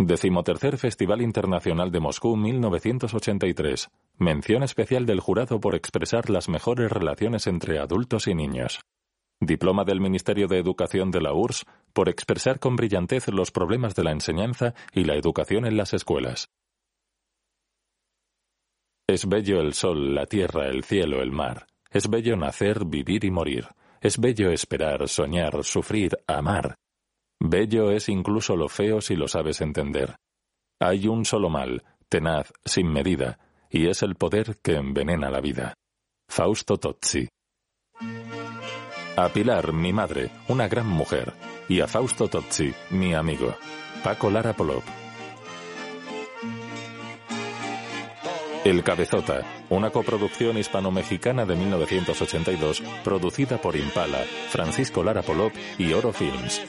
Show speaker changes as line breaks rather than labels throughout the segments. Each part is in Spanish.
Decimotercer Festival Internacional de Moscú 1983. Mención especial del jurado por expresar las mejores relaciones entre adultos y niños. Diploma del Ministerio de Educación de la URSS por expresar con brillantez los problemas de la enseñanza y la educación en las escuelas. Es bello el sol, la tierra, el cielo, el mar. Es bello nacer, vivir y morir. Es bello esperar, soñar, sufrir, amar. Bello es incluso lo feo si lo sabes entender. Hay un solo mal, tenaz, sin medida, y es el poder que envenena la vida. Fausto Tozzi. A Pilar, mi madre, una gran mujer, y a Fausto Tozzi, mi amigo. Paco Lara Polop. El Cabezota, una coproducción hispano-mexicana de 1982, producida por Impala, Francisco Lara Polop y Oro Films.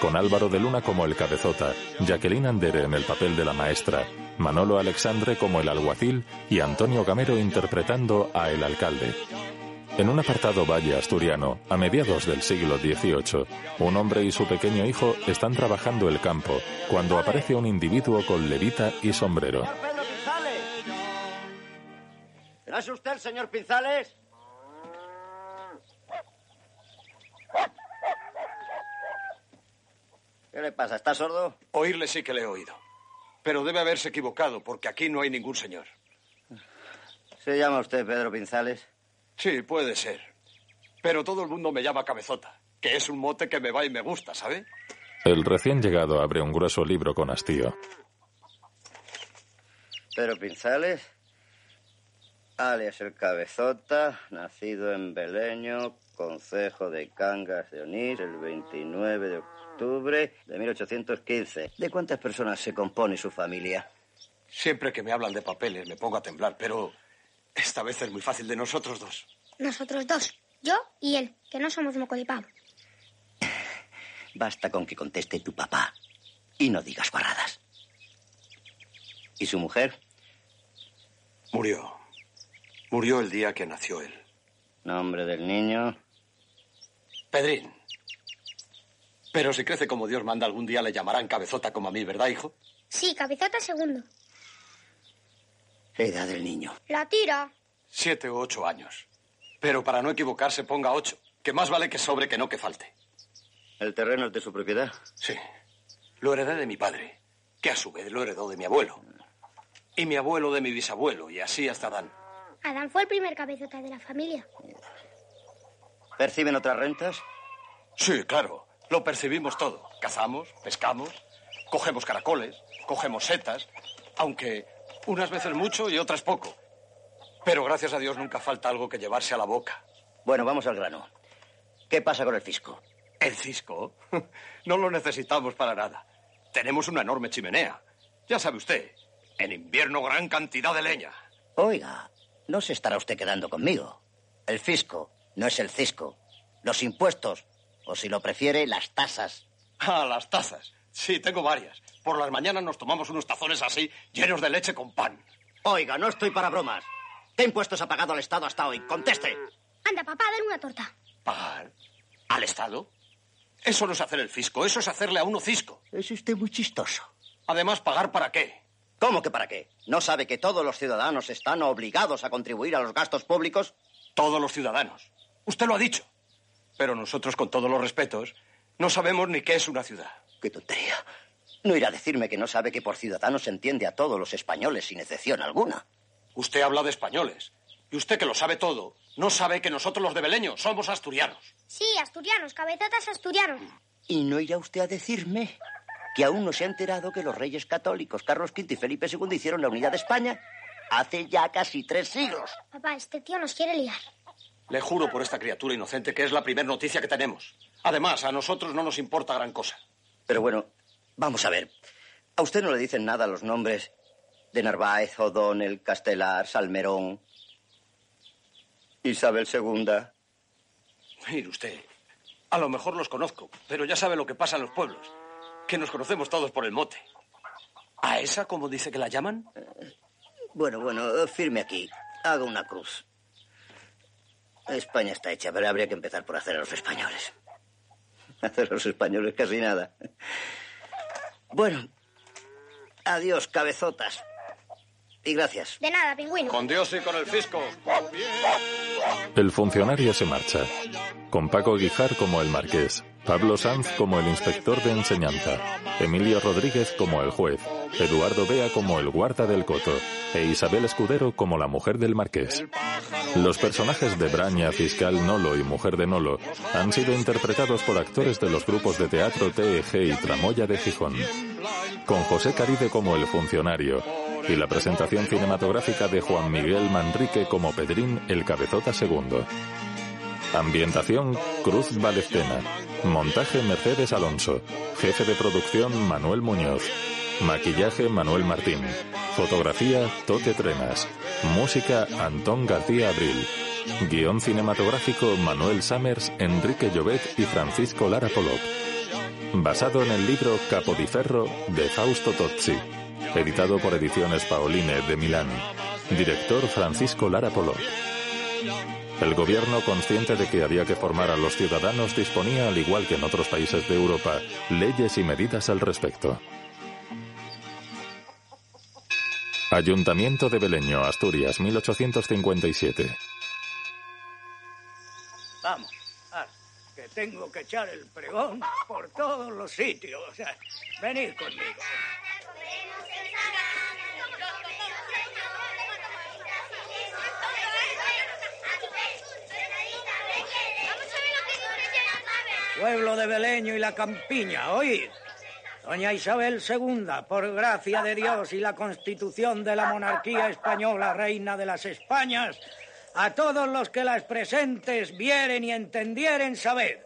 Con Álvaro de Luna como el Cabezota, Jacqueline Andere en el papel de la maestra, Manolo Alexandre como el alguacil y Antonio Gamero interpretando a el alcalde. En un apartado valle asturiano, a mediados del siglo XVIII, un hombre y su pequeño hijo están trabajando el campo cuando aparece un individuo con levita y sombrero.
¿No es usted el señor Pinzales? ¿Qué le pasa? ¿Está sordo?
Oírle sí que le he oído. Pero debe haberse equivocado, porque aquí no hay ningún señor.
¿Se llama usted Pedro Pinzales?
Sí, puede ser. Pero todo el mundo me llama cabezota, que es un mote que me va y me gusta, ¿sabe?
El recién llegado abre un grueso libro con hastío.
Pedro Pinzales, alias el Cabezota, nacido en Beleño, concejo de Cangas de Onís, el 29 de octubre de 1815. ¿De cuántas personas se compone su familia?
Siempre que me hablan de papeles me pongo a temblar, pero esta vez es muy fácil de nosotros dos.
Nosotros dos, yo y él, que no somos mocolipao.
Basta con que conteste tu papá y no digas guarradas. ¿Y su mujer?
Murió. Murió el día que nació él.
Nombre del niño.
Pedrín. Pero si crece como Dios manda, algún día le llamarán cabezota como a mí, ¿verdad, hijo?
Sí, cabezota segundo.
Edad del niño.
La tira.
Siete u ocho años. Pero para no equivocarse, ponga ocho. Que más vale que sobre que no que falte.
¿El terreno es de su propiedad?
Sí. Lo heredé de mi padre, que a su vez lo heredó de mi abuelo. Y mi abuelo de mi bisabuelo, y así hasta Dan.
Adán fue el primer cabezota de la familia.
¿Perciben otras rentas?
Sí, claro. Lo percibimos todo. Cazamos, pescamos, cogemos caracoles, cogemos setas, aunque unas veces mucho y otras poco. Pero gracias a Dios nunca falta algo que llevarse a la boca.
Bueno, vamos al grano. ¿Qué pasa con el fisco?
¿El fisco? No lo necesitamos para nada. Tenemos una enorme chimenea. Ya sabe usted, en invierno gran cantidad de leña.
Oiga, no se estará usted quedando conmigo. El fisco no es el cisco. Los impuestos, o si lo prefiere, las tasas.
Ah, las tazas. Sí, tengo varias. Por las mañanas nos tomamos unos tazones así, llenos de leche con pan.
Oiga, no estoy para bromas. ¿Qué impuestos ha pagado el Estado hasta hoy? Conteste.
Anda, papá, dale una torta.
¿Pagar? ¿Al Estado? Eso no es hacer el fisco, eso es hacerle a uno cisco.
Es usted muy chistoso.
Además, ¿pagar para qué?
¿Cómo que para qué? ¿No sabe que todos los ciudadanos están obligados a contribuir a los gastos públicos?
Todos los ciudadanos. Usted lo ha dicho. Pero nosotros, con todos los respetos, no sabemos ni qué es una ciudad.
¡Qué tontería! No irá a decirme que no sabe que por ciudadanos se entiende a todos los españoles sin excepción alguna.
Usted habla de españoles. Y usted, que lo sabe todo, no sabe que nosotros los de Beleño somos asturianos.
Sí, asturianos, cabezotas asturianos.
¿Y no irá usted a decirme que aún no se ha enterado que los reyes católicos Carlos V y Felipe II hicieron la unidad de España hace ya casi tres siglos.
Papá, este tío nos quiere liar.
Le juro por esta criatura inocente que es la primera noticia que tenemos. Además, a nosotros no nos importa gran cosa.
Pero bueno, vamos a ver. ¿A usted no le dicen nada los nombres de Narváez, O'Donnell, Castelar, Salmerón, Isabel II?
Mire usted, a lo mejor los conozco, pero ya sabe lo que pasa en los pueblos que nos conocemos todos por el mote. ¿A esa, como dice que la llaman?
Bueno, bueno, eh, firme aquí. Haga una cruz. España está hecha, pero habría que empezar por hacer a los españoles. Hacer a los españoles casi nada. Bueno, Adiós, cabezotas. Y gracias.
De nada, pingüino.
Con Dios y con el fisco.
El funcionario se marcha, con Paco Guijar como el marqués, Pablo Sanz como el inspector de enseñanza, Emilio Rodríguez como el juez, Eduardo Bea como el guarda del coto e Isabel Escudero como la mujer del marqués. Los personajes de Braña, Fiscal Nolo y Mujer de Nolo han sido interpretados por actores de los grupos de teatro TEG y Tramoya de Gijón, con José Caride como el funcionario y la presentación cinematográfica de Juan Miguel Manrique como Pedrín el Cabezota II. Ambientación Cruz Valestena. Montaje Mercedes Alonso. Jefe de producción Manuel Muñoz. Maquillaje Manuel Martín. Fotografía Tote Trenas. Música Antón García Abril. Guión cinematográfico Manuel Summers, Enrique Llobet y Francisco Lara Polop. Basado en el libro Capodiferro de Fausto Tozzi. Editado por Ediciones Paoline de Milán. Director Francisco Lara Polop. El gobierno, consciente de que había que formar a los ciudadanos, disponía, al igual que en otros países de Europa, leyes y medidas al respecto. Ayuntamiento de Beleño, Asturias, 1857.
Vamos, ah, que tengo que echar el pregón por todos los sitios. Venid conmigo. Pueblo de Beleño y la Campiña, oíd. Doña Isabel II, por gracia de Dios y la constitución de la monarquía española, reina de las Españas, a todos los que las presentes vieren y entendieren, sabed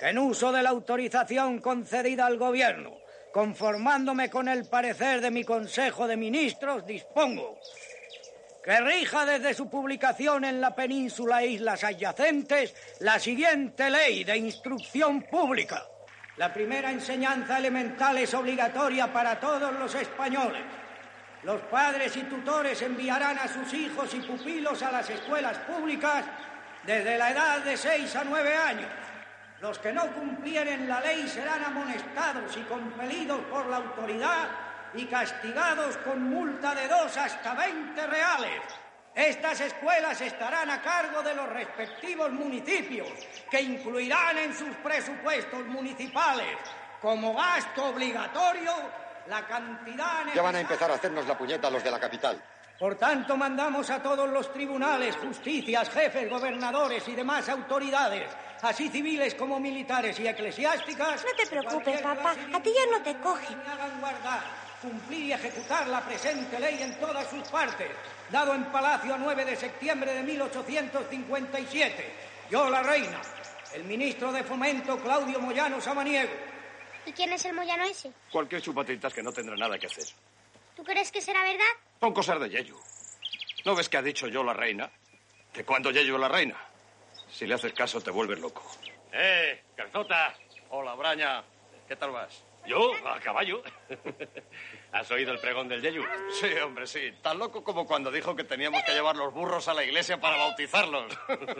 que en uso de la autorización concedida al gobierno, conformándome con el parecer de mi Consejo de Ministros, dispongo que rija desde su publicación en la península e islas adyacentes la siguiente ley de instrucción pública. La primera enseñanza elemental es obligatoria para todos los españoles. Los padres y tutores enviarán a sus hijos y pupilos a las escuelas públicas desde la edad de 6 a 9 años. Los que no cumplieren la ley serán amonestados y compelidos por la autoridad y castigados con multa de dos hasta 20 reales. Estas escuelas estarán a cargo de los respectivos municipios, que incluirán en sus presupuestos municipales como gasto obligatorio la cantidad necesaria.
Ya van a empezar a hacernos la puñeta los de la capital.
Por tanto, mandamos a todos los tribunales, justicias, jefes, gobernadores y demás autoridades, así civiles como militares y eclesiásticas.
No te preocupes, papá, a ti ya no te cogen.
Hagan guardar, cumplir y ejecutar la presente ley en todas sus partes, dado en Palacio a 9 de septiembre de 1857. Yo, la reina, el ministro de Fomento, Claudio Moyano Samaniego.
¿Y quién es el moyano ese?
Cualquier chupatitas que no tendrá nada que hacer.
¿Tú crees que será verdad?
Son cosas de Yeyu. ¿No ves que ha dicho yo la reina? Que cuando Yeyu la reina, si le haces caso te vuelves loco. ¡Eh, cabezota! Hola, Braña. ¿Qué tal vas?
Yo, a caballo. ¿Has oído el pregón del Yeyu?
Sí, hombre, sí. Tan loco como cuando dijo que teníamos que llevar los burros a la iglesia para bautizarlos.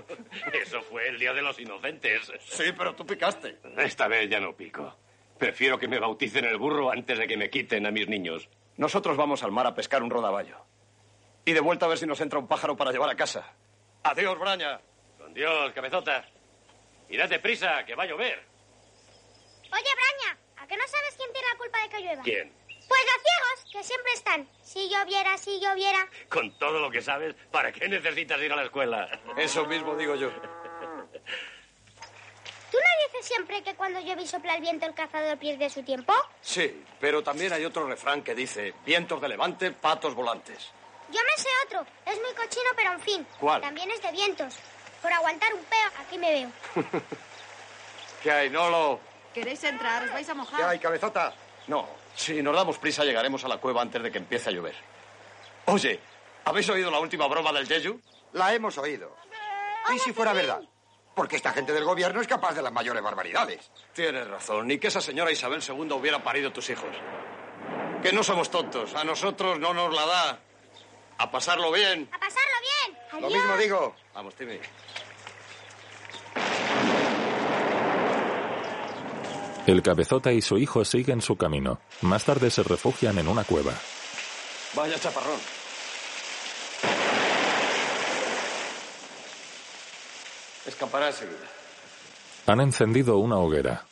Eso fue el Día de los Inocentes.
Sí, pero tú picaste.
Esta vez ya no pico. Prefiero que me bauticen el burro antes de que me quiten a mis niños.
Nosotros vamos al mar a pescar un rodaballo. Y de vuelta a ver si nos entra un pájaro para llevar a casa. Adiós, Braña.
Con Dios, cabezota. Y date prisa, que va a llover.
Oye, Braña, ¿a que no sabes quién tiene la culpa de que llueva?
¿Quién?
Pues los ciegos, que siempre están. Si lloviera, si lloviera.
Con todo lo que sabes, ¿para qué necesitas ir a la escuela?
Eso mismo digo yo.
¿Tú no dices siempre que cuando llueve y sopla el viento el cazador pierde su tiempo?
Sí, pero también hay otro refrán que dice, vientos de levante, patos volantes.
Yo me sé otro. Es muy cochino, pero en fin.
¿Cuál?
También es de vientos. Por aguantar un peo, aquí me veo.
¿Qué hay, Nolo?
¿Queréis entrar? ¿Os vais a mojar?
¿Qué hay, cabezota?
No, si nos damos prisa llegaremos a la cueva antes de que empiece a llover. Oye, ¿habéis oído la última broma del Yeyu?
La hemos oído. ¿Y si fuera verdad? Porque esta gente del gobierno es capaz de las mayores barbaridades.
Tienes razón, ni que esa señora Isabel II hubiera parido tus hijos. Que no somos tontos, a nosotros no nos la da. A pasarlo bien.
¡A pasarlo bien!
Lo
¡Adiós!
mismo digo.
Vamos, Timmy.
El cabezota y su hijo siguen su camino. Más tarde se refugian en una cueva.
Vaya chaparrón. Escapará enseguida.
Han encendido una hoguera.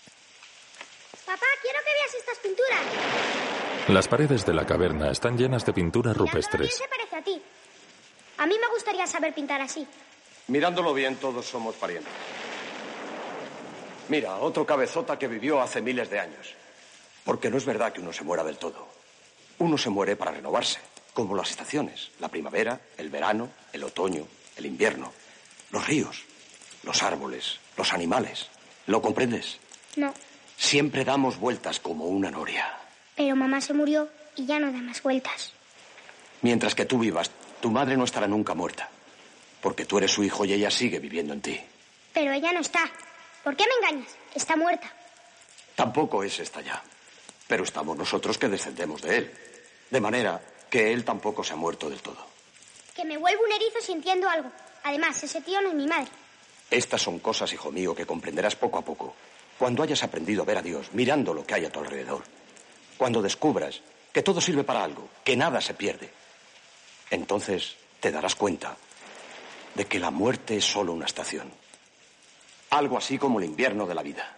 Papá, quiero que veas estas pinturas.
Las paredes de la caverna están llenas de pinturas
¿Quién
rupestres.
se parece a ti? A mí me gustaría saber pintar así.
Mirándolo bien, todos somos parientes. Mira, otro cabezota que vivió hace miles de años. Porque no es verdad que uno se muera del todo. Uno se muere para renovarse, como las estaciones, la primavera, el verano, el otoño, el invierno, los ríos, los árboles, los animales. ¿Lo comprendes?
No,
Siempre damos vueltas como una noria.
pero mamá se murió y ya no da más vueltas.
Mientras que tú vivas, tu madre no estará nunca muerta, porque tú eres su hijo y ella sigue viviendo en ti.
Pero ella no está. ¿Por qué me engañas? Está muerta.
Tampoco es esta ya. Pero estamos nosotros que descendemos de él. De manera que él tampoco se ha muerto del todo.
Que me vuelvo un erizo sintiendo algo. Además, ese tío no es mi madre.
Estas son cosas, hijo mío, que comprenderás poco a poco. Cuando hayas aprendido a ver a Dios, mirando lo que hay a tu alrededor. Cuando descubras que todo sirve para algo, que nada se pierde. Entonces te darás cuenta de que la muerte es solo una estación. Algo así como el invierno de la vida.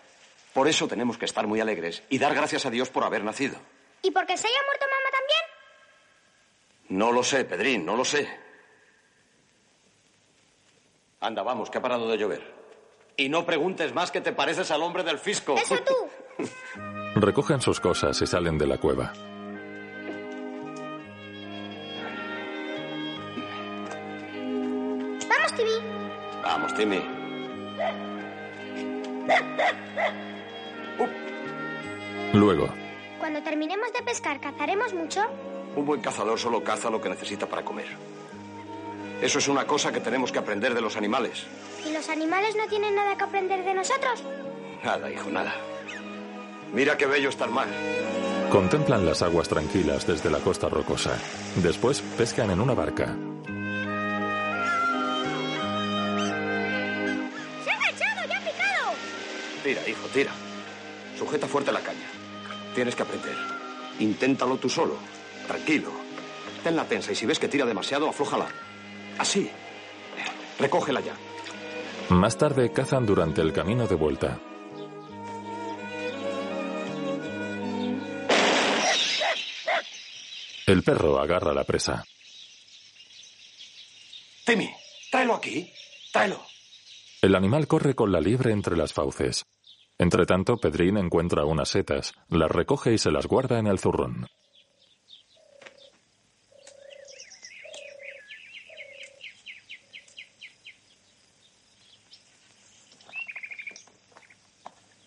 Por eso tenemos que estar muy alegres y dar gracias a Dios por haber nacido.
¿Y porque se haya muerto mamá también?
No lo sé, Pedrín, no lo sé. Anda, vamos, que ha parado de llover. Y no preguntes más que te pareces al hombre del fisco.
¡Eso tú!
Recogen sus cosas y salen de la cueva.
¡Vamos, Timmy!
Vamos, Timmy.
Luego,
Cuando terminemos de pescar, ¿cazaremos mucho?
Un buen cazador solo caza lo que necesita para comer. Eso es una cosa que tenemos que aprender de los animales.
¿Y los animales no tienen nada que aprender de nosotros?
Nada, hijo, nada. Mira qué bello está el mar.
contemplan las aguas tranquilas desde la costa rocosa. Después pescan en una barca.
¡Se ha enganchado! ¡Ya ha picado!
Tira, hijo, tira. Sujeta fuerte la caña. Tienes que aprender. Inténtalo tú solo. Tranquilo. Tenla tensa y si ves que tira demasiado, aflójala. Así. Recógela ya.
Más tarde cazan durante el camino de vuelta. El perro agarra la presa.
Timmy, tráelo aquí. Tráelo.
El animal corre con la liebre entre las fauces. Entretanto, Pedrín encuentra unas setas, las recoge y se las guarda en el zurrón.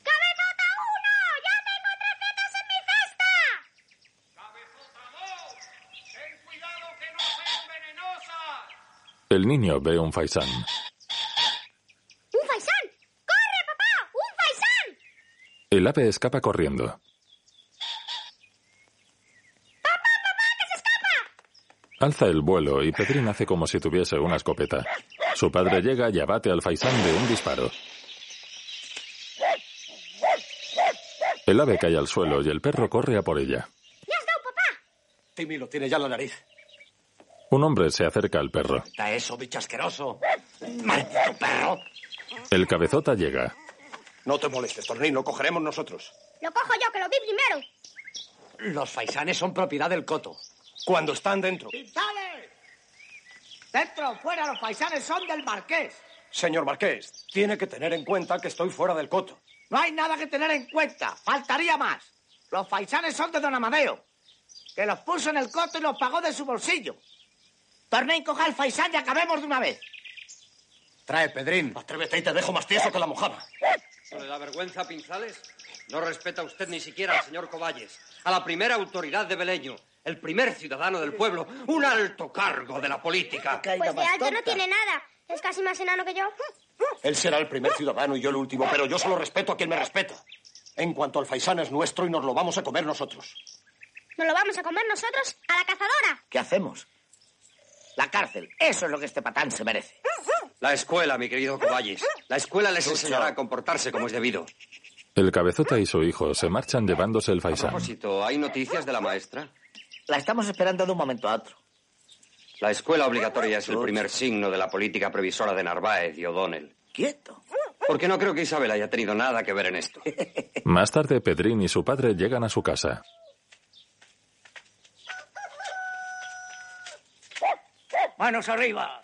¡Cabezota uno! ¡Ya tengo tres setas en mi cesta!
El niño ve un faisán.
¡Un faisán! ¡Corre, papá! ¡Un faisán!
El ave escapa corriendo. Alza el vuelo y Pedrín hace como si tuviese una escopeta. Su padre llega y abate al faisán de un disparo. El ave cae al suelo y el perro corre a por ella.
¡Ya has dado, papá!
Timmy lo tiene ya en la nariz.
Un hombre se acerca al perro.
Da eso, bicho asqueroso. ¡Maldito perro!
El cabezota llega.
No te molestes, Tornín, lo cogeremos nosotros.
Lo cojo yo, que lo vi primero.
Los faisanes son propiedad del coto. Cuando están dentro.
¡Pintales! Dentro, fuera, los paisanes son del marqués.
Señor Marqués, tiene que tener en cuenta que estoy fuera del coto.
No hay nada que tener en cuenta. Faltaría más. Los paisanes son de don Amadeo, que los puso en el coto y los pagó de su bolsillo. Tornén, coja el faisán y acabemos de una vez.
Trae, Pedrín. Atrévete y te dejo más tieso que la mojama.
¿No le da vergüenza, Pinzales? No respeta usted ni siquiera al señor Coballes, a la primera autoridad de Beleño, el primer ciudadano del pueblo, un alto cargo de la política.
Pues de alto no tiene nada. Es casi más enano que yo.
Él será el primer ciudadano y yo el último, pero yo solo respeto a quien me respeta. En cuanto al faisán es nuestro y nos lo vamos a comer nosotros.
Nos lo vamos a comer nosotros a la cazadora.
¿Qué hacemos? La cárcel. Eso es lo que este patán se merece.
La escuela, mi querido Coballes. La escuela les enseñará a comportarse como es debido.
El cabezota y su hijo se marchan llevándose el
A
faisán.
propósito, ¿hay noticias de la maestra?
La estamos esperando de un momento a otro.
La escuela obligatoria es el primer signo de la política previsora de Narváez y O'Donnell.
Quieto.
Porque no creo que Isabel haya tenido nada que ver en esto.
Más tarde, Pedrín y su padre llegan a su casa.
Manos arriba.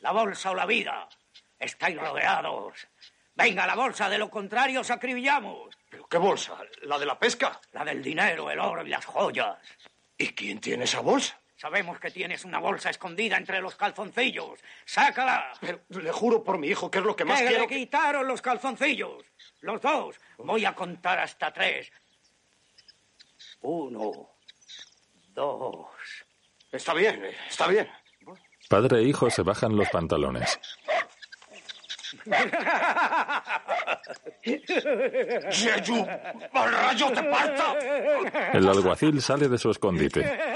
La bolsa o la vida. Estáis rodeados. Venga, la bolsa, de lo contrario os acribillamos. ¿Pero qué bolsa? ¿La de la pesca? La del dinero, el oro y las joyas.
¿Y quién tiene esa bolsa?
Sabemos que tienes una bolsa escondida entre los calzoncillos. ¡Sácala!
Pero le juro por mi hijo que es lo que más
que
quiero.
le quitaron los calzoncillos. Los dos. Voy a contar hasta tres. Uno. Dos.
Está bien, eh, está bien.
Padre e hijo se bajan los pantalones.
¡Yeyu!
¡Al rayo te parta!
El alguacil sale de su escondite.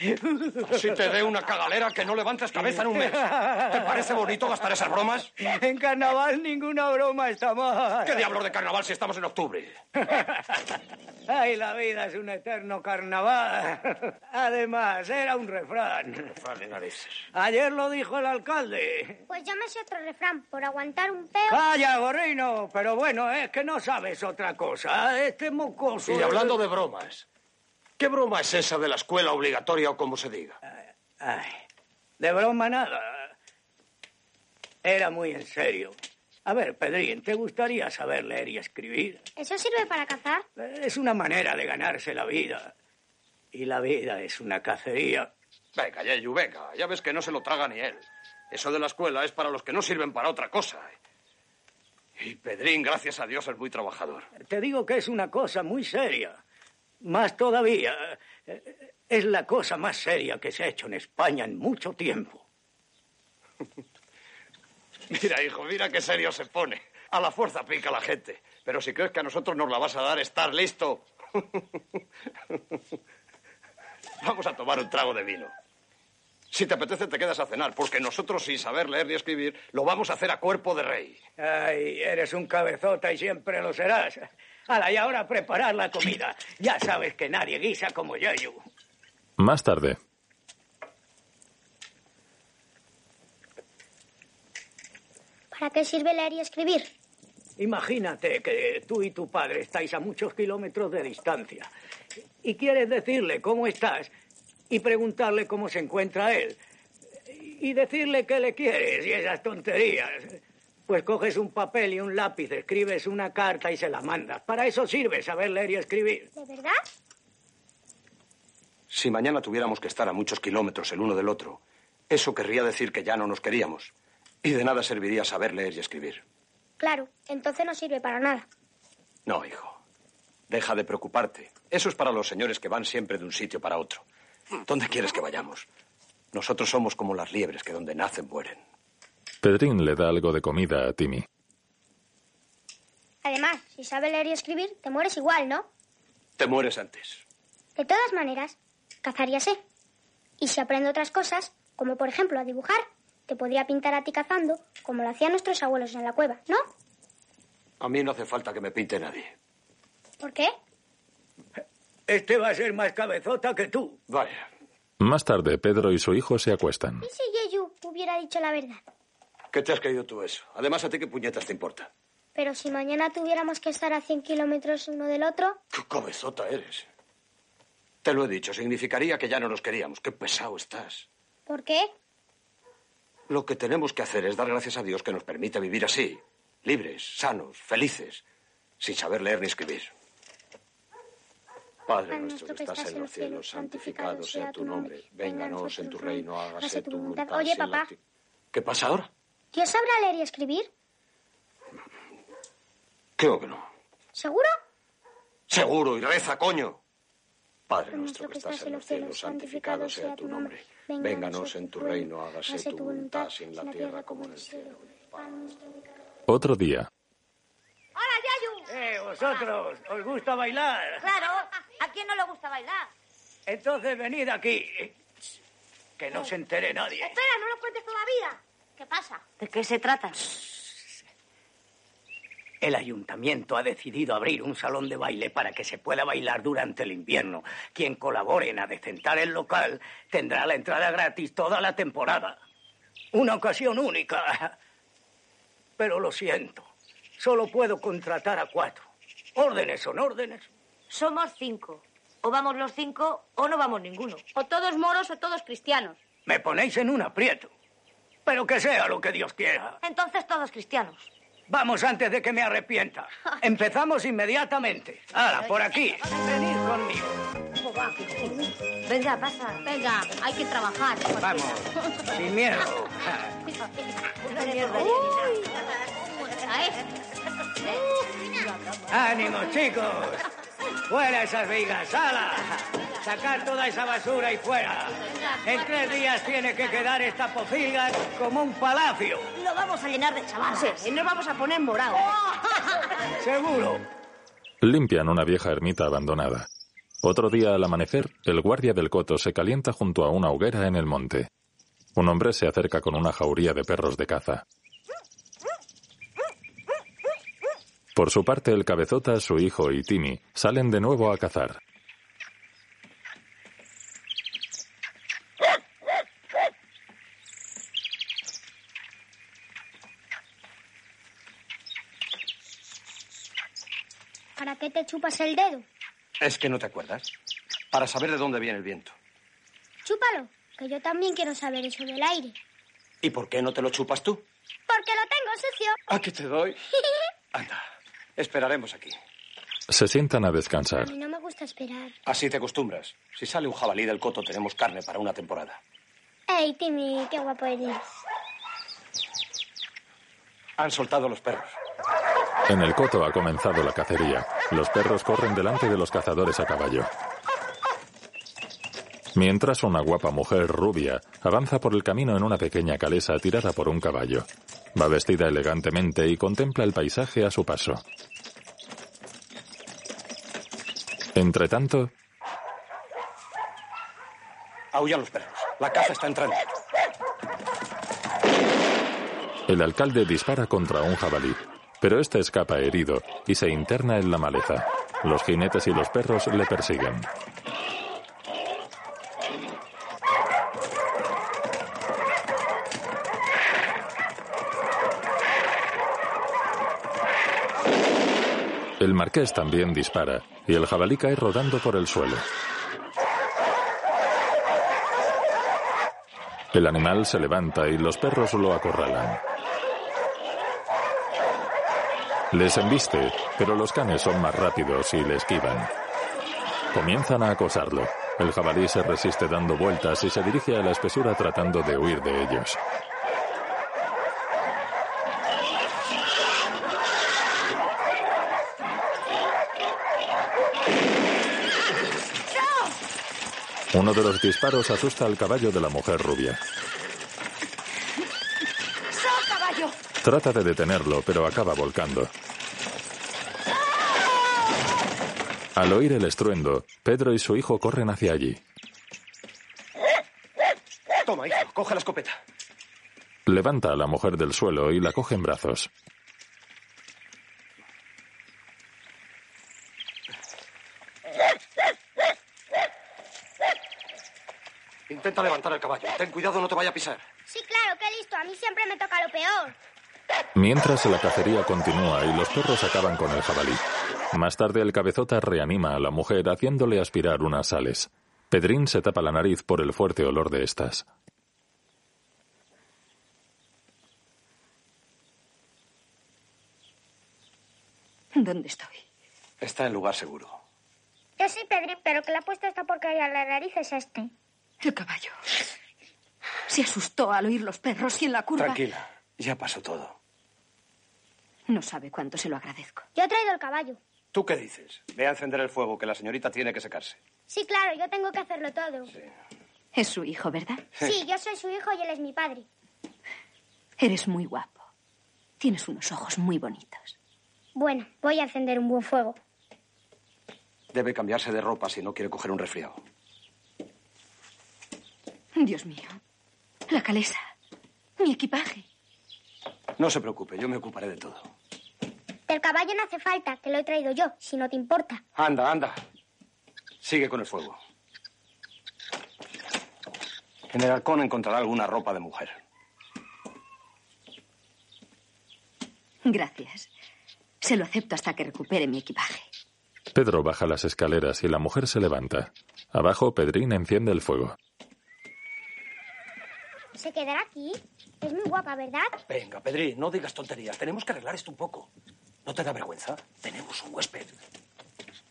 Si te dé una cagalera que no levantes cabeza en un mes. ¿Te parece bonito gastar esas bromas?
En carnaval ninguna broma está mal.
¿Qué diablos de carnaval si estamos en octubre?
Ay, la vida es un eterno carnaval. Además, era un refrán. Ayer lo dijo el alcalde.
Pues llámese otro refrán, por aguantar un peo.
Vaya, gorrino, pero bueno, es que no sabes otra cosa. Este mocoso.
Y hablando de bromas, ¿qué broma es esa de la escuela obligatoria o como se diga?
Ay, de broma nada. Era muy en serio. A ver, Pedrín, ¿te gustaría saber leer y escribir?
¿Eso sirve para cazar?
Es una manera de ganarse la vida. Y la vida es una cacería.
Venga, Yeyu, venga. Ya ves que no se lo traga ni él. Eso de la escuela es para los que no sirven para otra cosa. Y Pedrín, gracias a Dios, es muy trabajador.
Te digo que es una cosa muy seria. Más todavía, eh, es la cosa más seria que se ha hecho en España en mucho tiempo.
Mira, hijo, mira qué serio se pone. A la fuerza pica la gente. Pero si crees que a nosotros nos la vas a dar, estar listo. Vamos a tomar un trago de vino. Si te apetece, te quedas a cenar, porque nosotros, sin saber leer ni escribir, lo vamos a hacer a cuerpo de rey.
Ay, eres un cabezota y siempre lo serás. Hala, y ahora a preparar la comida. Ya sabes que nadie guisa como Yayu.
Más tarde,
¿Para qué sirve leer y escribir?
Imagínate que tú y tu padre estáis a muchos kilómetros de distancia y quieres decirle cómo estás y preguntarle cómo se encuentra él y decirle que le quieres y esas tonterías. Pues coges un papel y un lápiz, escribes una carta y se la mandas. Para eso sirve saber leer y escribir.
¿De verdad?
Si mañana tuviéramos que estar a muchos kilómetros el uno del otro, eso querría decir que ya no nos queríamos. Y de nada serviría saber leer y escribir.
Claro, entonces no sirve para nada.
No, hijo. Deja de preocuparte. Eso es para los señores que van siempre de un sitio para otro. ¿Dónde quieres que vayamos? Nosotros somos como las liebres que donde nacen mueren.
Pedrín le da algo de comida a Timmy.
Además, si sabes leer y escribir, te mueres igual, ¿no?
Te mueres antes.
De todas maneras, cazaría sé. Y si aprendo otras cosas, como por ejemplo a dibujar, te podría pintar a ti cazando, como lo hacían nuestros abuelos en la cueva, ¿no?
A mí no hace falta que me pinte nadie.
¿Por qué?
Este va a ser más cabezota que tú.
Vaya.
Más tarde, Pedro y su hijo se acuestan.
¿Y si Yeyu hubiera dicho la verdad?
¿Qué te has creído tú eso? Además, ¿a ti qué puñetas te importa?
Pero si mañana tuviéramos que estar a 100 kilómetros uno del otro,
¡Qué cabezota eres! Te lo he dicho, significaría que ya no nos queríamos. ¡Qué pesado estás!
¿por qué?
Lo que tenemos que hacer es dar gracias a Dios que nos permite vivir así, libres, sanos, felices, sin saber leer ni escribir. Padre nuestro que estás en los cielos, santificado sea tu nombre. Vénganos en tu reino, hágase tu voluntad.
Oye,
así en la
papá.
ti- ¿Qué pasa ahora?
¿Dios sabrá leer y escribir?
Creo que no.
¿Seguro?
Seguro, y reza, coño. Padre
Padre
nuestro que estás en los cielos, santificado sea tu nombre. Vénganos en tu reino, hágase tu voluntad, así en la tierra como en el cielo.
Otro día,
¡Hola, Yayu!
Eh, vosotros, ¿os gusta bailar?
Claro, ¿a quién no le gusta bailar?
Entonces venid aquí. Que no se entere nadie.
Espera, no lo cuentes todavía. ¿Qué pasa?
¿De qué se trata?
El ayuntamiento ha decidido abrir un salón de baile para que se pueda bailar durante el invierno. Quien colabore en adecentar el local tendrá la entrada gratis toda la temporada. Una ocasión única. Pero lo siento, solo puedo contratar a cuatro. Órdenes son órdenes.
Somos cinco. O vamos los cinco o no vamos ninguno.
O todos moros o todos cristianos.
Me ponéis en un aprieto. Pero que sea lo que Dios quiera.
Entonces todos cristianos.
Vamos antes de que me arrepienta. Empezamos inmediatamente. Ahora, por aquí. Venid conmigo.
Venga, pasa.
Venga, hay que trabajar.
Vamos. Sin miedo.
Una mierda.
eh.
Ánimo, chicos. Fuera esas vigas. ¡Hala! Sacar toda esa basura y fuera. En tres días tiene que quedar esta pocilga como un palacio.
Lo vamos a llenar de chavalas.
Y nos vamos a poner morados.
Seguro.
Limpian una vieja ermita abandonada. Otro día al amanecer, el guardia del coto se calienta junto a una hoguera en el monte. Un hombre se acerca con una jauría de perros de caza. Por su parte, el cabezota, su hijo y Timmy salen de nuevo a cazar.
¿Para qué te chupas el dedo?
Es que no te acuerdas. Para saber de dónde viene el viento.
Chúpalo, que yo también quiero saber eso del aire.
¿Y por qué no te lo chupas tú?
Porque lo tengo sucio.
Aquí te doy. Anda, esperaremos aquí.
Se sientan a descansar.
A mí no me gusta esperar.
Así te acostumbras. Si sale un jabalí del coto, tenemos carne para una temporada.
¡Ey, Timmy, qué guapo eres!
Han soltado los perros.
En el coto ha comenzado la cacería. Los perros corren delante de los cazadores a caballo. Mientras una guapa mujer rubia avanza por el camino en una pequeña calesa tirada por un caballo. Va vestida elegantemente y contempla el paisaje a su paso. Entre tanto,
Aullan los perros. La caza está entrando.
el alcalde dispara contra un jabalí, pero este escapa herido y se interna en la maleza. Los jinetes y los perros le persiguen. El marqués también dispara y el jabalí cae rodando por el suelo. El animal se levanta y los perros lo acorralan. Les embiste, pero los canes son más rápidos y le esquivan. Comienzan a acosarlo. El jabalí se resiste dando vueltas y se dirige a la espesura tratando de huir de ellos. Uno de los disparos asusta al caballo de la mujer rubia.
¡Sal, caballo!
Trata de detenerlo, pero acaba volcando. Al oír el estruendo, Pedro y su hijo corren hacia allí.
Toma, hijo, coge la escopeta.
Levanta a la mujer del suelo y la coge en brazos.
Intenta levantar el caballo. Ten cuidado, no te vaya a pisar.
Sí, claro, qué listo. A mí siempre me toca lo peor.
Mientras la cacería continúa y los perros acaban con el jabalí. Más tarde el cabezota reanima a la mujer haciéndole aspirar unas sales. Pedrín se tapa la nariz por el fuerte olor de estas.
¿Dónde estoy?
Está en lugar seguro.
Yo soy Pedrín, pero que le ha puesto esta porquería en la nariz es este.
El caballo. Se asustó al oír los perros y en la curva.
Tranquila, ya pasó todo.
No sabe cuánto se lo agradezco.
Yo he traído el caballo.
¿Tú qué dices? Ve a encender el fuego, que la señorita tiene que secarse.
Sí, claro, yo tengo que hacerlo todo.
Es su hijo, ¿verdad?
Sí, yo soy su hijo y él es mi padre.
Eres muy guapo. Tienes unos ojos muy bonitos.
Bueno, voy a encender un buen fuego.
Debe cambiarse de ropa si no quiere coger un resfriado.
Dios mío. La calesa. Mi equipaje.
No se preocupe, yo me ocuparé de todo.
Del caballo no hace falta, que lo he traído yo, si no te importa.
Anda, anda. Sigue con el fuego. En el arcón encontrará alguna ropa de mujer.
Gracias. Se lo acepto hasta que recupere mi equipaje.
Pedro baja las escaleras y la mujer se levanta. Abajo, Pedrín enciende el fuego.
¿Se quedará aquí? Es muy guapa, ¿verdad?
Venga, Pedri, no digas tonterías. Tenemos que arreglar esto un poco. ¿No te da vergüenza? Tenemos un huésped.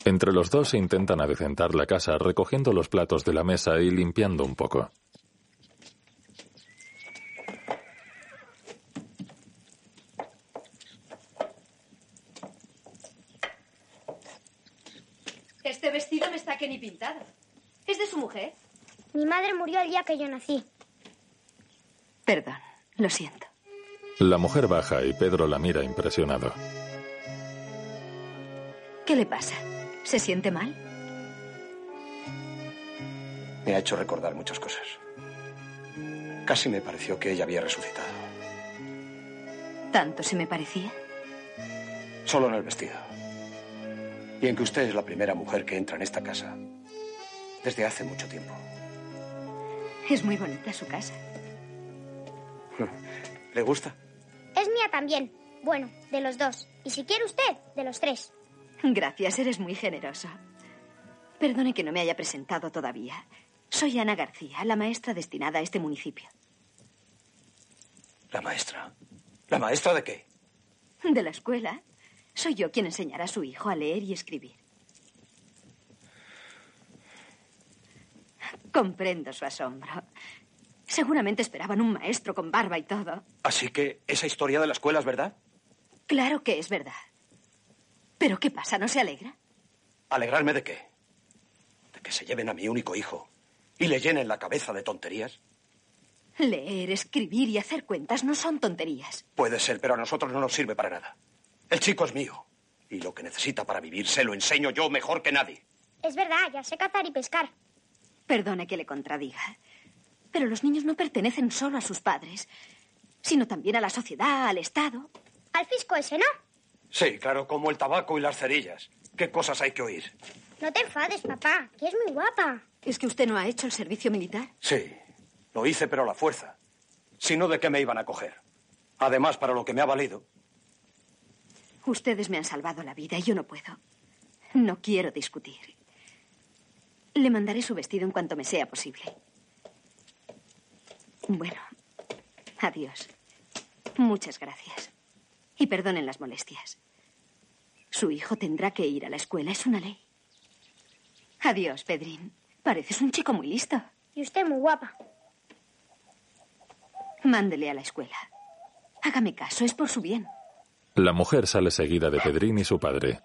Entre los dos intentan adecentar la casa recogiendo los platos de la mesa y limpiando un poco.
Este vestido no está que ni pintado. ¿Es de su mujer?
Mi madre murió el día que yo nací.
Perdón, lo siento.
La mujer baja y Pedro la mira impresionado.
¿Qué le pasa? ¿Se siente mal?
Me ha hecho recordar muchas cosas. Casi me pareció que ella había resucitado.
¿Tanto se me parecía?
Solo en el vestido. Y en que usted es la primera mujer que entra en esta casa. Desde hace mucho tiempo.
Es muy bonita su casa.
¿Le gusta?
Es mía también. Bueno, de los dos. Y si quiere usted, de los tres.
Gracias, eres muy generoso. Perdone que no me haya presentado todavía. Soy Ana García, la maestra destinada a este municipio.
La maestra. ¿La maestra de qué?
De la escuela, soy yo quien enseñará a su hijo a leer y escribir. Comprendo su asombro. Seguramente esperaban un maestro con barba y todo.
Así que esa historia de la escuela es verdad.
Claro que es verdad. Pero ¿qué pasa? ¿No se alegra?
¿Alegrarme de qué? ¿De que se lleven a mi único hijo y le llenen la cabeza de tonterías?
Leer, escribir y hacer cuentas no son tonterías.
Puede ser, pero a nosotros no nos sirve para nada. El chico es mío. Y lo que necesita para vivir se lo enseño yo mejor que nadie.
Es verdad, ya sé cazar y pescar.
Perdone que le contradiga. Pero los niños no pertenecen solo a sus padres, sino también a la sociedad, al Estado.
Al fisco ese, ¿no?
Sí, claro, como el tabaco y las cerillas. ¿Qué cosas hay que oír?
No te enfades, papá, que es muy guapa.
¿Es que usted no ha hecho el servicio militar?
Sí, lo hice, pero a la fuerza. Si no, ¿de qué me iban a coger? Además, para lo que me ha valido,
Ustedes me han salvado la vida y yo no puedo. No quiero discutir. Le mandaré su vestido en cuanto me sea posible. Bueno, adiós. Muchas gracias. Y perdonen las molestias. Su hijo tendrá que ir a la escuela, es una ley. Adiós, Pedrín. Pareces un chico muy listo.
Y usted muy guapa.
Mándele a la escuela. Hágame caso, es por su bien.
La mujer sale seguida de Pedrín y su padre.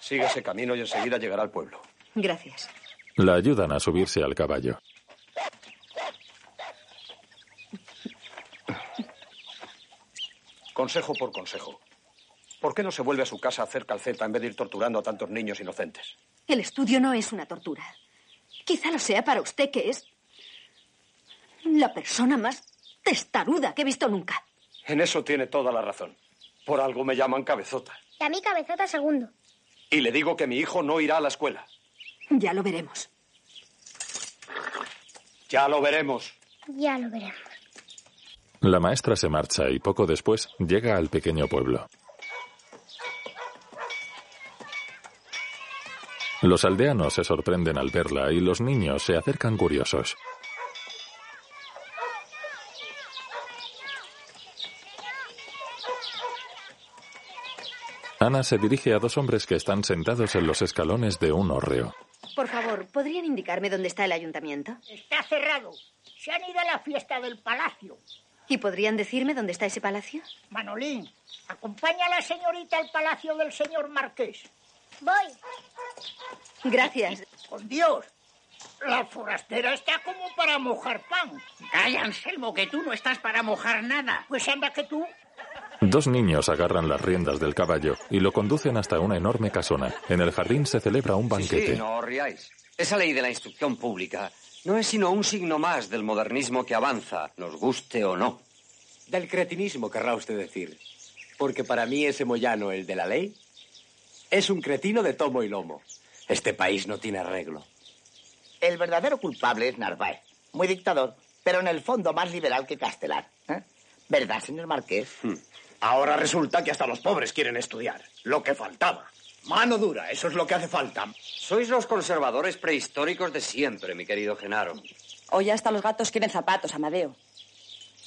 siga ese camino y enseguida llegará al pueblo.
Gracias.
La ayudan a subirse al caballo.
Consejo por consejo. ¿Por qué no se vuelve a su casa a hacer calceta en vez de ir torturando a tantos niños inocentes?
El estudio no es una tortura. Quizá lo sea para usted, que es la persona más testaruda que he visto nunca.
En eso tiene toda la razón. Por algo me llaman cabezota.
Y a mí cabezota segundo.
Y le digo que mi hijo no irá a la escuela.
Ya lo veremos.
Ya lo veremos.
Ya lo veremos.
La maestra se marcha y poco después llega al pequeño pueblo. Los aldeanos se sorprenden al verla y los niños se acercan curiosos. Ana se dirige a dos hombres que están sentados en los escalones de un hórreo.
Por favor, ¿podrían indicarme dónde está el ayuntamiento?
Está cerrado. Se han ido a la fiesta del palacio.
¿Y podrían decirme dónde está ese palacio?
Manolín, acompaña a la señorita al palacio del señor marqués.
Voy.
Gracias.
Con Dios. La forastera está como para mojar pan.
Calla, Anselmo, que tú no estás para mojar nada.
Pues anda que tú.
Dos niños agarran las riendas del caballo y lo conducen hasta una enorme casona. En el jardín se celebra un banquete.
Sí, sí, no os riáis. Esa ley de la instrucción pública no es sino un signo más del modernismo que avanza, nos guste o no.
Del cretinismo, querrá usted decir. Porque para mí ese Moyano, el de la ley, es un cretino de tomo y lomo. Este país no tiene arreglo.
El verdadero culpable es Narváez, muy dictador, pero en el fondo más liberal que Castelar. ¿eh? ¿Verdad, señor Marqués?
Hmm.
Ahora resulta que hasta los pobres quieren estudiar. Lo que faltaba. Mano dura, eso es lo que hace falta.
Sois los conservadores prehistóricos de siempre, mi querido Genaro.
Hoy hasta los gatos quieren zapatos, Amadeo.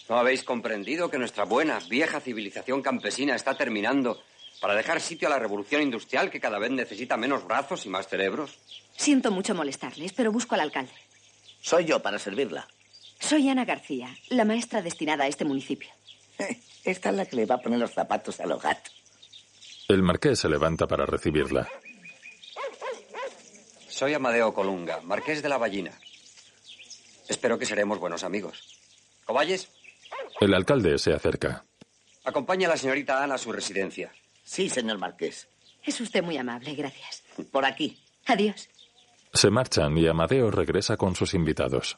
¿No habéis comprendido que nuestra buena, vieja civilización campesina está terminando para dejar sitio a la revolución industrial que cada vez necesita menos brazos y más cerebros?
Siento mucho molestarles, pero busco al alcalde.
Soy yo para servirla.
Soy Ana García, la maestra destinada a este municipio.
Esta es la que le va a poner los zapatos a los gatos.
El marqués se levanta para recibirla.
Soy Amadeo Colunga, marqués de la Ballina. Espero que seremos buenos amigos. Cobayes,
El alcalde se acerca.
acompaña a la señorita Ana a su residencia.
Sí, señor Marqués.
Es usted muy amable, gracias.
Por aquí.
Adiós.
Se marchan y Amadeo regresa con sus invitados.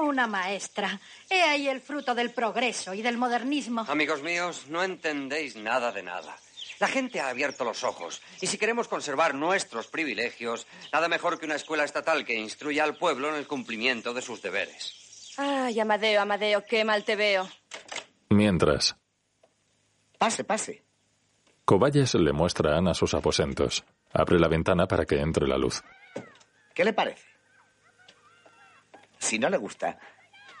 Una maestra. He ahí el fruto del progreso y del modernismo.
Amigos míos, no entendéis nada de nada. La gente ha abierto los ojos y si queremos conservar nuestros privilegios, nada mejor que una escuela estatal que instruya al pueblo en el cumplimiento de sus deberes.
Ay, Amadeo, Amadeo, qué mal te veo.
Mientras,
Pase, pase.
Cobayes le muestra a Ana sus aposentos. Abre la ventana para que entre la luz.
¿Qué le parece? Si no le gusta,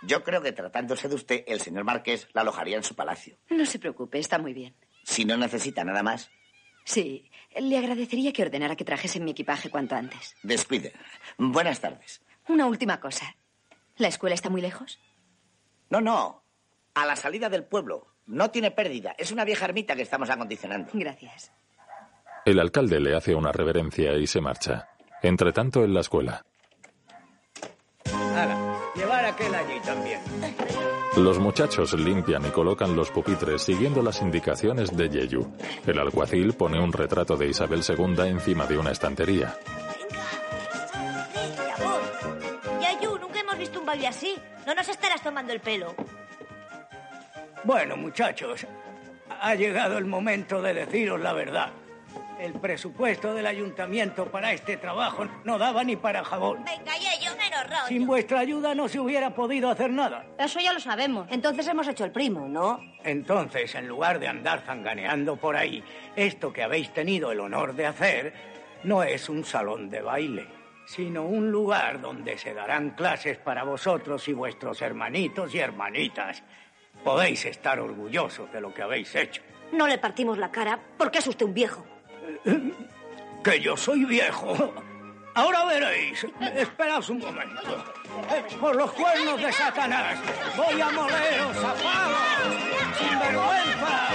yo creo que tratándose de usted, el señor Marqués la alojaría en su palacio.
No se preocupe, está muy bien.
Si no necesita nada más,
Sí, le agradecería que ordenara que trajesen mi equipaje cuanto antes.
descuide. Buenas tardes.
Una última cosa. ¿La escuela está muy lejos?
No, no. A la salida del pueblo. No tiene pérdida. Es una vieja ermita que estamos acondicionando.
Gracias.
El alcalde le hace una reverencia y se marcha. Entre tanto, en la escuela,
Hala, llevar aquel allí también.
los muchachos limpian y colocan los pupitres siguiendo las indicaciones de Yeyu. El alguacil pone un retrato de Isabel II encima de una estantería.
Yayu, nunca hemos visto un baile así. No nos estarás tomando el pelo.
Bueno, muchachos, ha llegado el momento de deciros la verdad. El presupuesto del ayuntamiento para este trabajo no daba ni para jabón.
Venga, Yayu, menos rollo.
Sin vuestra ayuda no se hubiera podido hacer nada.
Eso ya lo sabemos. Entonces hemos hecho el primo, ¿no?
Entonces, en lugar de andar zanganeando por ahí, esto que habéis tenido el honor de hacer no es un salón de baile, sino un lugar donde se darán clases para vosotros y vuestros hermanitos y hermanitas. Podéis estar orgullosos de lo que habéis hecho.
No le partimos la cara porque es usted un viejo.
Que yo soy viejo. Ahora veréis. Esperaos un momento. Eh, por los cuernos de Satanás, voy a moleros a palos. ¡Sinvergüenza!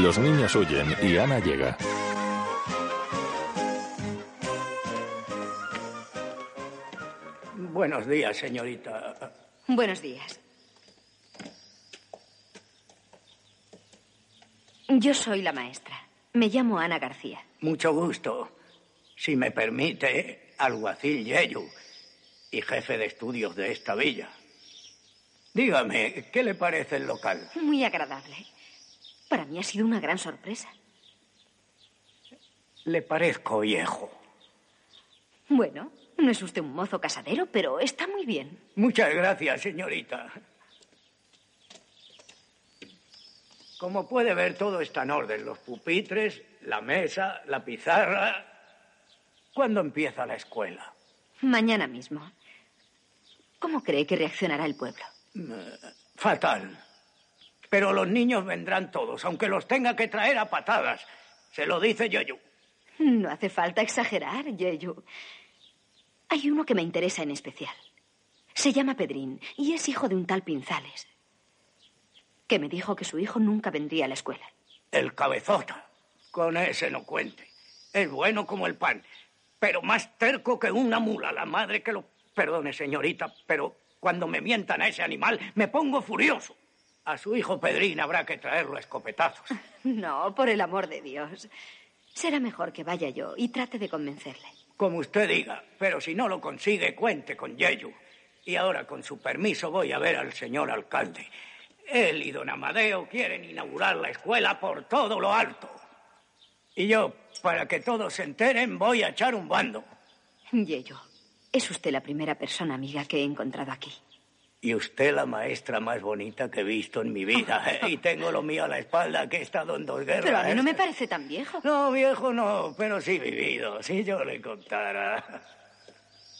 Los niños huyen y Ana llega.
Buenos días, señorita.
Buenos días. Yo soy la maestra. Me llamo Ana García.
Mucho gusto. Si me permite, alguacil Yeyu y jefe de estudios de esta villa. Dígame, ¿qué le parece el local?
Muy agradable. Para mí ha sido una gran sorpresa.
Le parezco viejo.
Bueno, no es usted un mozo casadero, pero está muy bien.
Muchas gracias, señorita. Como puede ver, todo está en orden. Los pupitres, la mesa, la pizarra. ¿Cuándo empieza la escuela?
Mañana mismo. ¿Cómo cree que reaccionará el pueblo?
Mm, Fatal. Pero los niños vendrán todos, aunque los tenga que traer a patadas. Se lo dice Yoyu.
No hace falta exagerar, Yeyu. Hay uno que me interesa en especial. Se llama Pedrín y es hijo de un tal Pinzales, que me dijo que su hijo nunca vendría a la escuela.
El cabezota. Con ese no cuente. Es bueno como el pan, pero más terco que una mula. La madre que lo... Perdone, señorita, pero cuando me mientan a ese animal me pongo furioso. A su hijo Pedrín habrá que traerlo a escopetazos.
No, por el amor de Dios. Será mejor que vaya yo y trate de convencerle.
Como usted diga, pero si no lo consigue, cuente con Yeyu. Y ahora, con su permiso, voy a ver al señor alcalde. Él y don Amadeo quieren inaugurar la escuela por todo lo alto. Y yo, para que todos se enteren, voy a echar un bando.
Yello, es usted la primera persona amiga que he encontrado aquí.
Y usted la maestra más bonita que he visto en mi vida. ¿eh? Y tengo lo mío a la espalda, que he estado en dos guerras.
Pero a mí no
¿eh?
me parece tan viejo.
No, viejo no, pero sí vivido, si yo le contara.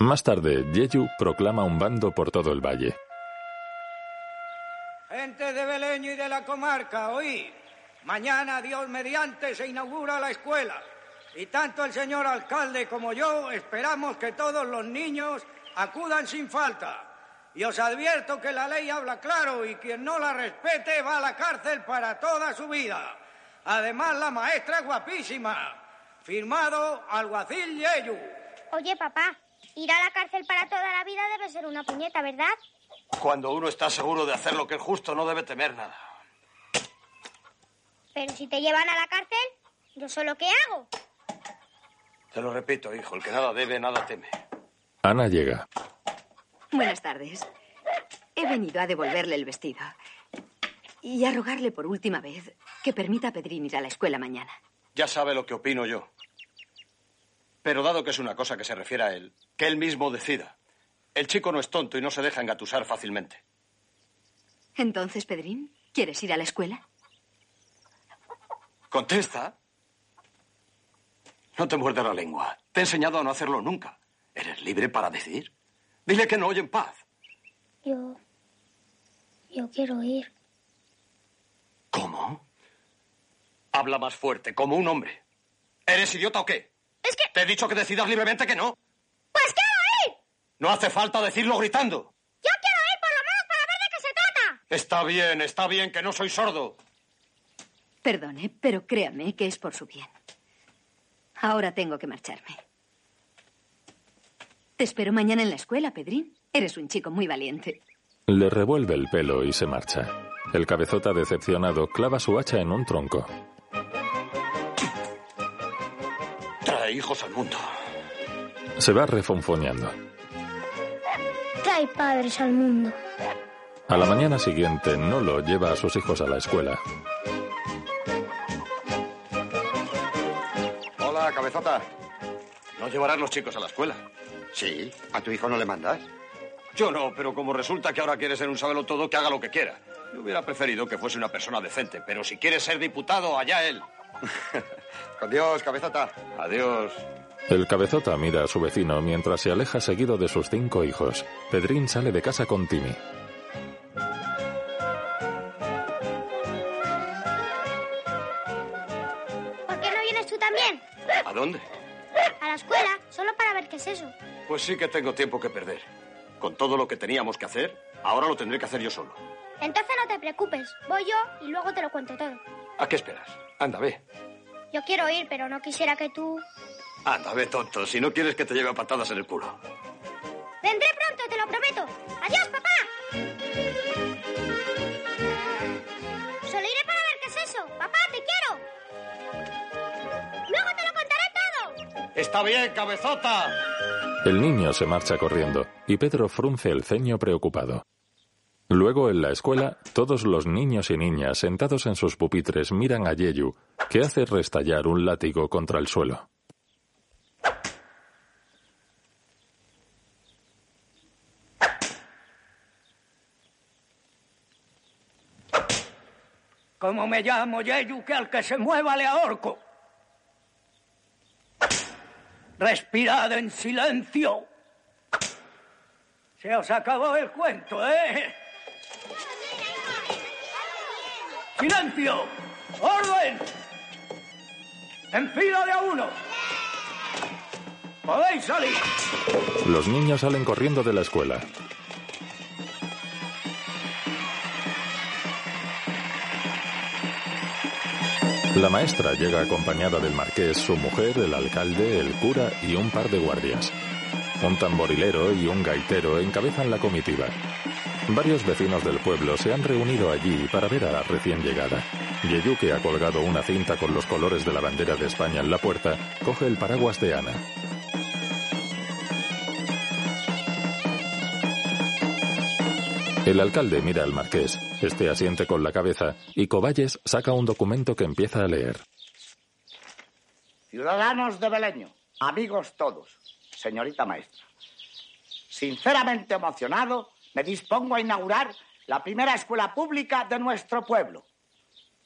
Más tarde, Yeyu proclama un bando por todo el valle.
Gente de Beleño y de la comarca, oí. Mañana, Dios mediante, se inaugura la escuela. Y tanto el señor alcalde como yo esperamos que todos los niños acudan sin falta. Y os advierto que la ley habla claro y quien no la respete va a la cárcel para toda su vida. Además, la maestra es guapísima. Firmado Alguacil Yeyu.
Oye, papá, ir a la cárcel para toda la vida debe ser una puñeta, ¿verdad?
Cuando uno está seguro de hacer lo que es justo, no debe temer nada.
Pero si te llevan a la cárcel, yo sé lo que hago.
Te lo repito, hijo, el que nada debe, nada teme.
Ana llega.
Buenas tardes. He venido a devolverle el vestido y a rogarle por última vez que permita a Pedrín ir a la escuela mañana.
Ya sabe lo que opino yo. Pero dado que es una cosa que se refiere a él, que él mismo decida. El chico no es tonto y no se deja engatusar fácilmente.
Entonces, Pedrín, ¿quieres ir a la escuela?
Contesta. No te muerdas la lengua. Te he enseñado a no hacerlo nunca. Eres libre para decidir. Dile que no oye en paz.
Yo. Yo quiero ir.
¿Cómo? Habla más fuerte, como un hombre. ¿Eres idiota o qué?
Es que.
Te he dicho que decidas libremente que no.
¡Pues quiero ir!
No hace falta decirlo gritando.
¡Yo quiero ir por lo menos para ver de qué se trata!
Está bien, está bien, que no soy sordo.
Perdone, pero créame que es por su bien. Ahora tengo que marcharme. Te espero mañana en la escuela, Pedrín. Eres un chico muy valiente.
Le revuelve el pelo y se marcha. El cabezota decepcionado clava su hacha en un tronco.
Trae hijos al mundo.
Se va refonfoñando.
Trae padres al mundo.
A la mañana siguiente, Nolo lleva a sus hijos a la escuela.
Hola, cabezota.
No llevarás los chicos a la escuela.
Sí, ¿a tu hijo no le mandas?
Yo no, pero como resulta que ahora quiere ser un sabelo todo, que haga lo que quiera. Yo hubiera preferido que fuese una persona decente, pero si quiere ser diputado, allá él.
Con Dios, cabezota.
Adiós.
El cabezota mira a su vecino mientras se aleja seguido de sus cinco hijos. Pedrín sale de casa con Timmy.
¿Por qué no vienes tú también?
¿A dónde?
A la escuela, solo para ver qué es eso.
Pues sí que tengo tiempo que perder. Con todo lo que teníamos que hacer, ahora lo tendré que hacer yo solo.
Entonces no te preocupes, voy yo y luego te lo cuento todo.
¿A qué esperas? Anda, ve.
Yo quiero ir, pero no quisiera que tú...
Anda, ve, tonto. Si no quieres que te lleve a patadas en el culo.
Vendré pronto, te lo prometo. Adiós, papá. Solo iré para ver qué es eso. Papá, te quiero. Luego te lo contaré todo.
¡Está bien, cabezota!
El niño se marcha corriendo y Pedro frunce el ceño preocupado. Luego en la escuela, todos los niños y niñas sentados en sus pupitres miran a Yeyu, que hace restallar un látigo contra el suelo.
Como me llamo Yeyu, que al que se mueva le ahorco. Respirad en silencio. Se os acabó el cuento, ¿eh? ¡Silencio! ¡Orden! ¡En fila de a uno! ¡Podéis salir!
Los niños salen corriendo de la escuela. La maestra llega acompañada del marqués, su mujer, el alcalde, el cura y un par de guardias. Un tamborilero y un gaitero encabezan la comitiva. Varios vecinos del pueblo se han reunido allí para ver a la recién llegada. Yeyu, que ha colgado una cinta con los colores de la bandera de España en la puerta, coge el paraguas de Ana. El alcalde mira al marqués, este asiente con la cabeza y Coballes saca un documento que empieza a leer.
Ciudadanos de Beleño, amigos todos, señorita maestra. Sinceramente emocionado, me dispongo a inaugurar la primera escuela pública de nuestro pueblo.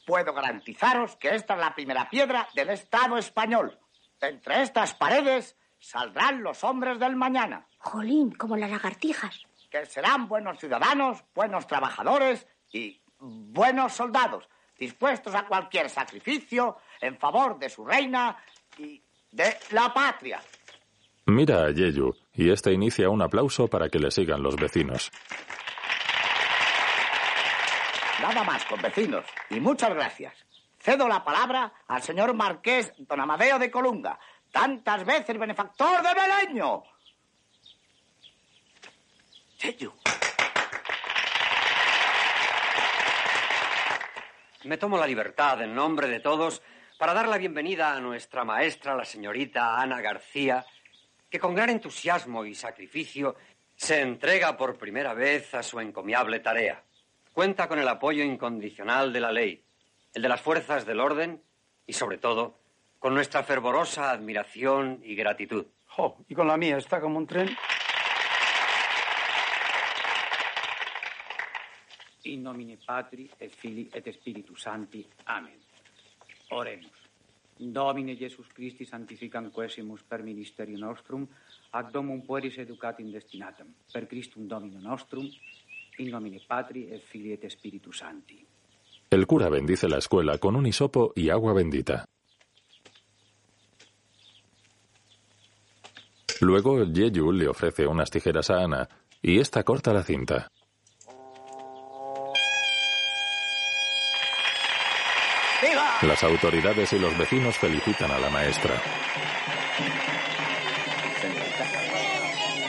Puedo garantizaros que esta es la primera piedra del Estado español. De entre estas paredes saldrán los hombres del mañana.
Jolín, como las lagartijas.
que serán buenos ciudadanos, buenos trabajadores y buenos soldados, dispuestos a cualquier sacrificio en favor de su reina y de la patria.
Mira a Yeyu y este inicia un aplauso para que le sigan los vecinos.
Nada más, con vecinos. Y muchas gracias. Cedo la palabra al señor Marqués Don Amadeo de Colunga, tantas veces benefactor de Beleño. Yeyu.
Me tomo la libertad, en nombre de todos, para dar la bienvenida a nuestra maestra, la señorita Ana García, que con gran entusiasmo y sacrificio se entrega por primera vez a su encomiable tarea. Cuenta con el apoyo incondicional de la ley, el de las fuerzas del orden y, sobre todo, con nuestra fervorosa admiración y gratitud.
Jo, y con la mía está como un tren.
In nomine Patri et Filii et Spiritus Sancti. Amen. Oremus. Domine Jesus Christi sanctificam quesimus per ministerio nostrum, ad domum pueris educatim destinatam, per Christum Domino nostrum, in nomine Patri et Filii et Spiritus Sancti.
El cura bendice la escuela con un hisopo y agua bendita. Luego Yeyu le ofrece unas tijeras a Ana y esta corta la cinta. Las autoridades y los vecinos felicitan a la maestra.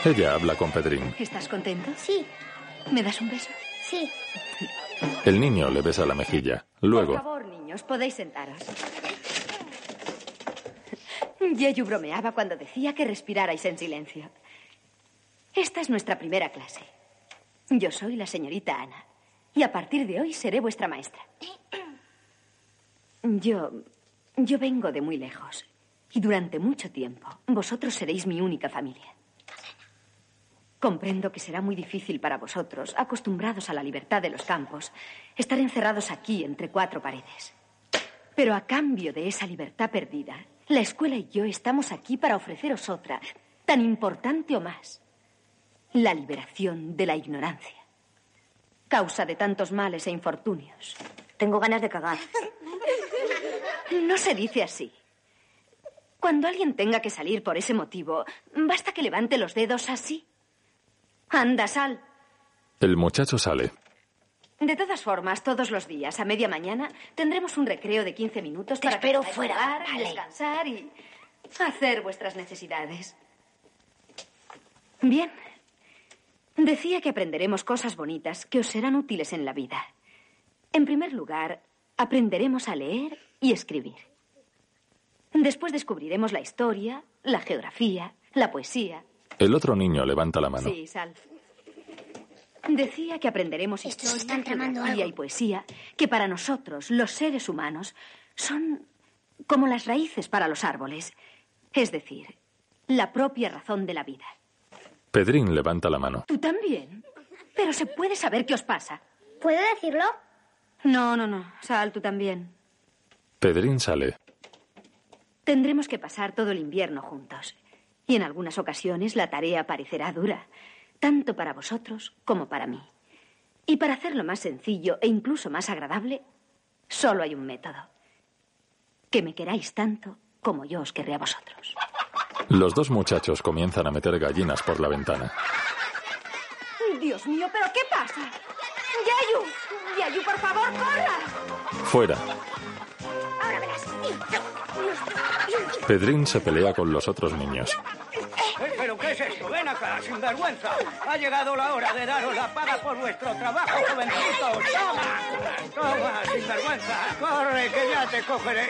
Ella habla con Pedrín.
¿Estás contento?
Sí.
¿Me das un beso?
Sí.
El niño le besa la mejilla.
Por
Luego,
favor, niños, podéis sentaros. Yeyu bromeaba cuando decía que respirarais en silencio. Esta es nuestra primera clase. Yo soy la señorita Ana. Y a partir de hoy seré vuestra maestra. Yo. Yo vengo de muy lejos. Y durante mucho tiempo, vosotros seréis mi única familia. Comprendo que será muy difícil para vosotros, acostumbrados a la libertad de los campos, estar encerrados aquí entre cuatro paredes. Pero a cambio de esa libertad perdida, la escuela y yo estamos aquí para ofreceros otra, tan importante o más. La liberación de la ignorancia. Causa de tantos males e infortunios. Tengo ganas de cagar. No se dice así. Cuando alguien tenga que salir por ese motivo, basta que levante los dedos así. Anda, sal.
el muchacho sale.
De todas formas, todos los días, a media mañana, tendremos un recreo de 15 minutos
Te
para que
espero
podáis
fuera,
jugar,
vale.
descansar y hacer vuestras necesidades. Bien. Decía que aprenderemos cosas bonitas que os serán útiles en la vida. En primer lugar, aprenderemos a leer y escribir. Después descubriremos la historia, la geografía, la poesía.
El otro niño levanta la mano.
Sí, sal. Decía que aprenderemos historia, geografía y poesía, que para nosotros, los seres humanos, son como las raíces para los árboles, es decir, la propia razón de la vida.
Pedrín levanta la mano.
Tú también. Pero se puede saber qué os pasa.
¿Puedo decirlo?
No, no, no. Sal, tú también.
Pedrín sale.
Tendremos que pasar todo el invierno juntos. Y en algunas ocasiones la tarea parecerá dura, tanto para vosotros como para mí. Y para hacerlo más sencillo e incluso más agradable, solo hay un método. Que me queráis tanto como yo os querré a vosotros.
Los dos muchachos comienzan a meter gallinas por la ventana.
Dios mío, ¿pero qué pasa? ¡Yayu! ¡Yayu, por favor, corra!
Fuera. Pedrín se pelea con los otros niños.
Eh, ¿Pero qué es esto? Ven acá, sinvergüenza. Ha llegado la hora de daros la paga por vuestro trabajo, jovencitos. ¡Toma! ¡Toma, sinvergüenza! ¡Corre, que ya te cogeré!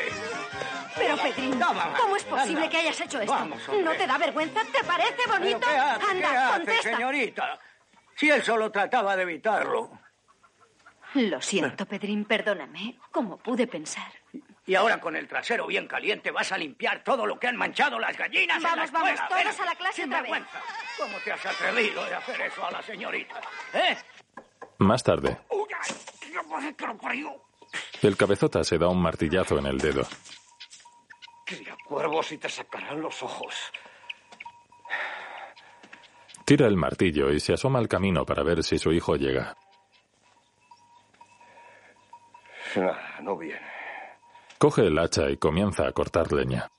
Pero, Pedrín,
Toma,
¿cómo es posible
anda.
que hayas hecho esto?
Vamos, hombre.
¿No te da vergüenza? ¿Te parece
¿Pero
bonito?
qué hace,
Anda,
qué hace,
contesta.
señorita? Si él solo trataba de evitarlo.
Lo siento, Pedrín, perdóname. ¿Cómo pude pensar?
Y ahora con el trasero bien caliente vas a limpiar todo lo que han manchado las gallinas en la
Vamos, vamos,
escuela.
todos
Ven,
a la clase otra vez.
sinvergüenza. ¿Cómo te has atrevido de hacer eso a la señorita? ¿Eh?
Más tarde,
¡Cría
el cabezota se da un martillazo en el dedo.
cuervos y te sacarán los ojos.
Tira el martillo y se asoma al camino para ver si su hijo llega.
Nada, Ah, no viene.
Coge el hacha y comienza a cortar leña.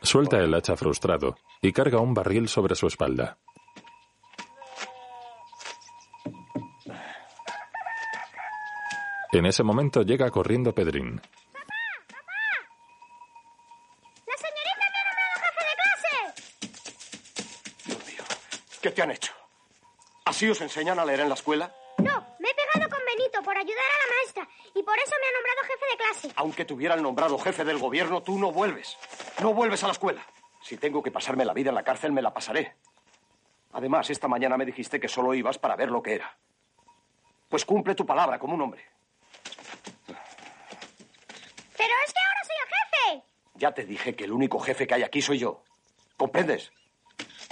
Suelta el hacha frustrado y carga un barril sobre su espalda. En ese momento llega corriendo Pedrín.
¡La señorita me ha nombrado jefe de clase!
¿Qué te han hecho? ¿Así os enseñan a leer en la escuela?
No, me he pegado con Benito por ayudar a la maestra y por eso me ha nombrado jefe de clase.
Aunque te hubieran nombrado jefe del gobierno, tú no vuelves. No vuelves a la escuela. Si tengo que pasarme la vida en la cárcel, me la pasaré. Además, esta mañana me dijiste que solo ibas para ver lo que era. Pues cumple tu palabra como un hombre.
¡Pero es que ahora soy el jefe!
Ya te dije que el único jefe que hay aquí soy yo. ¿Comprendes?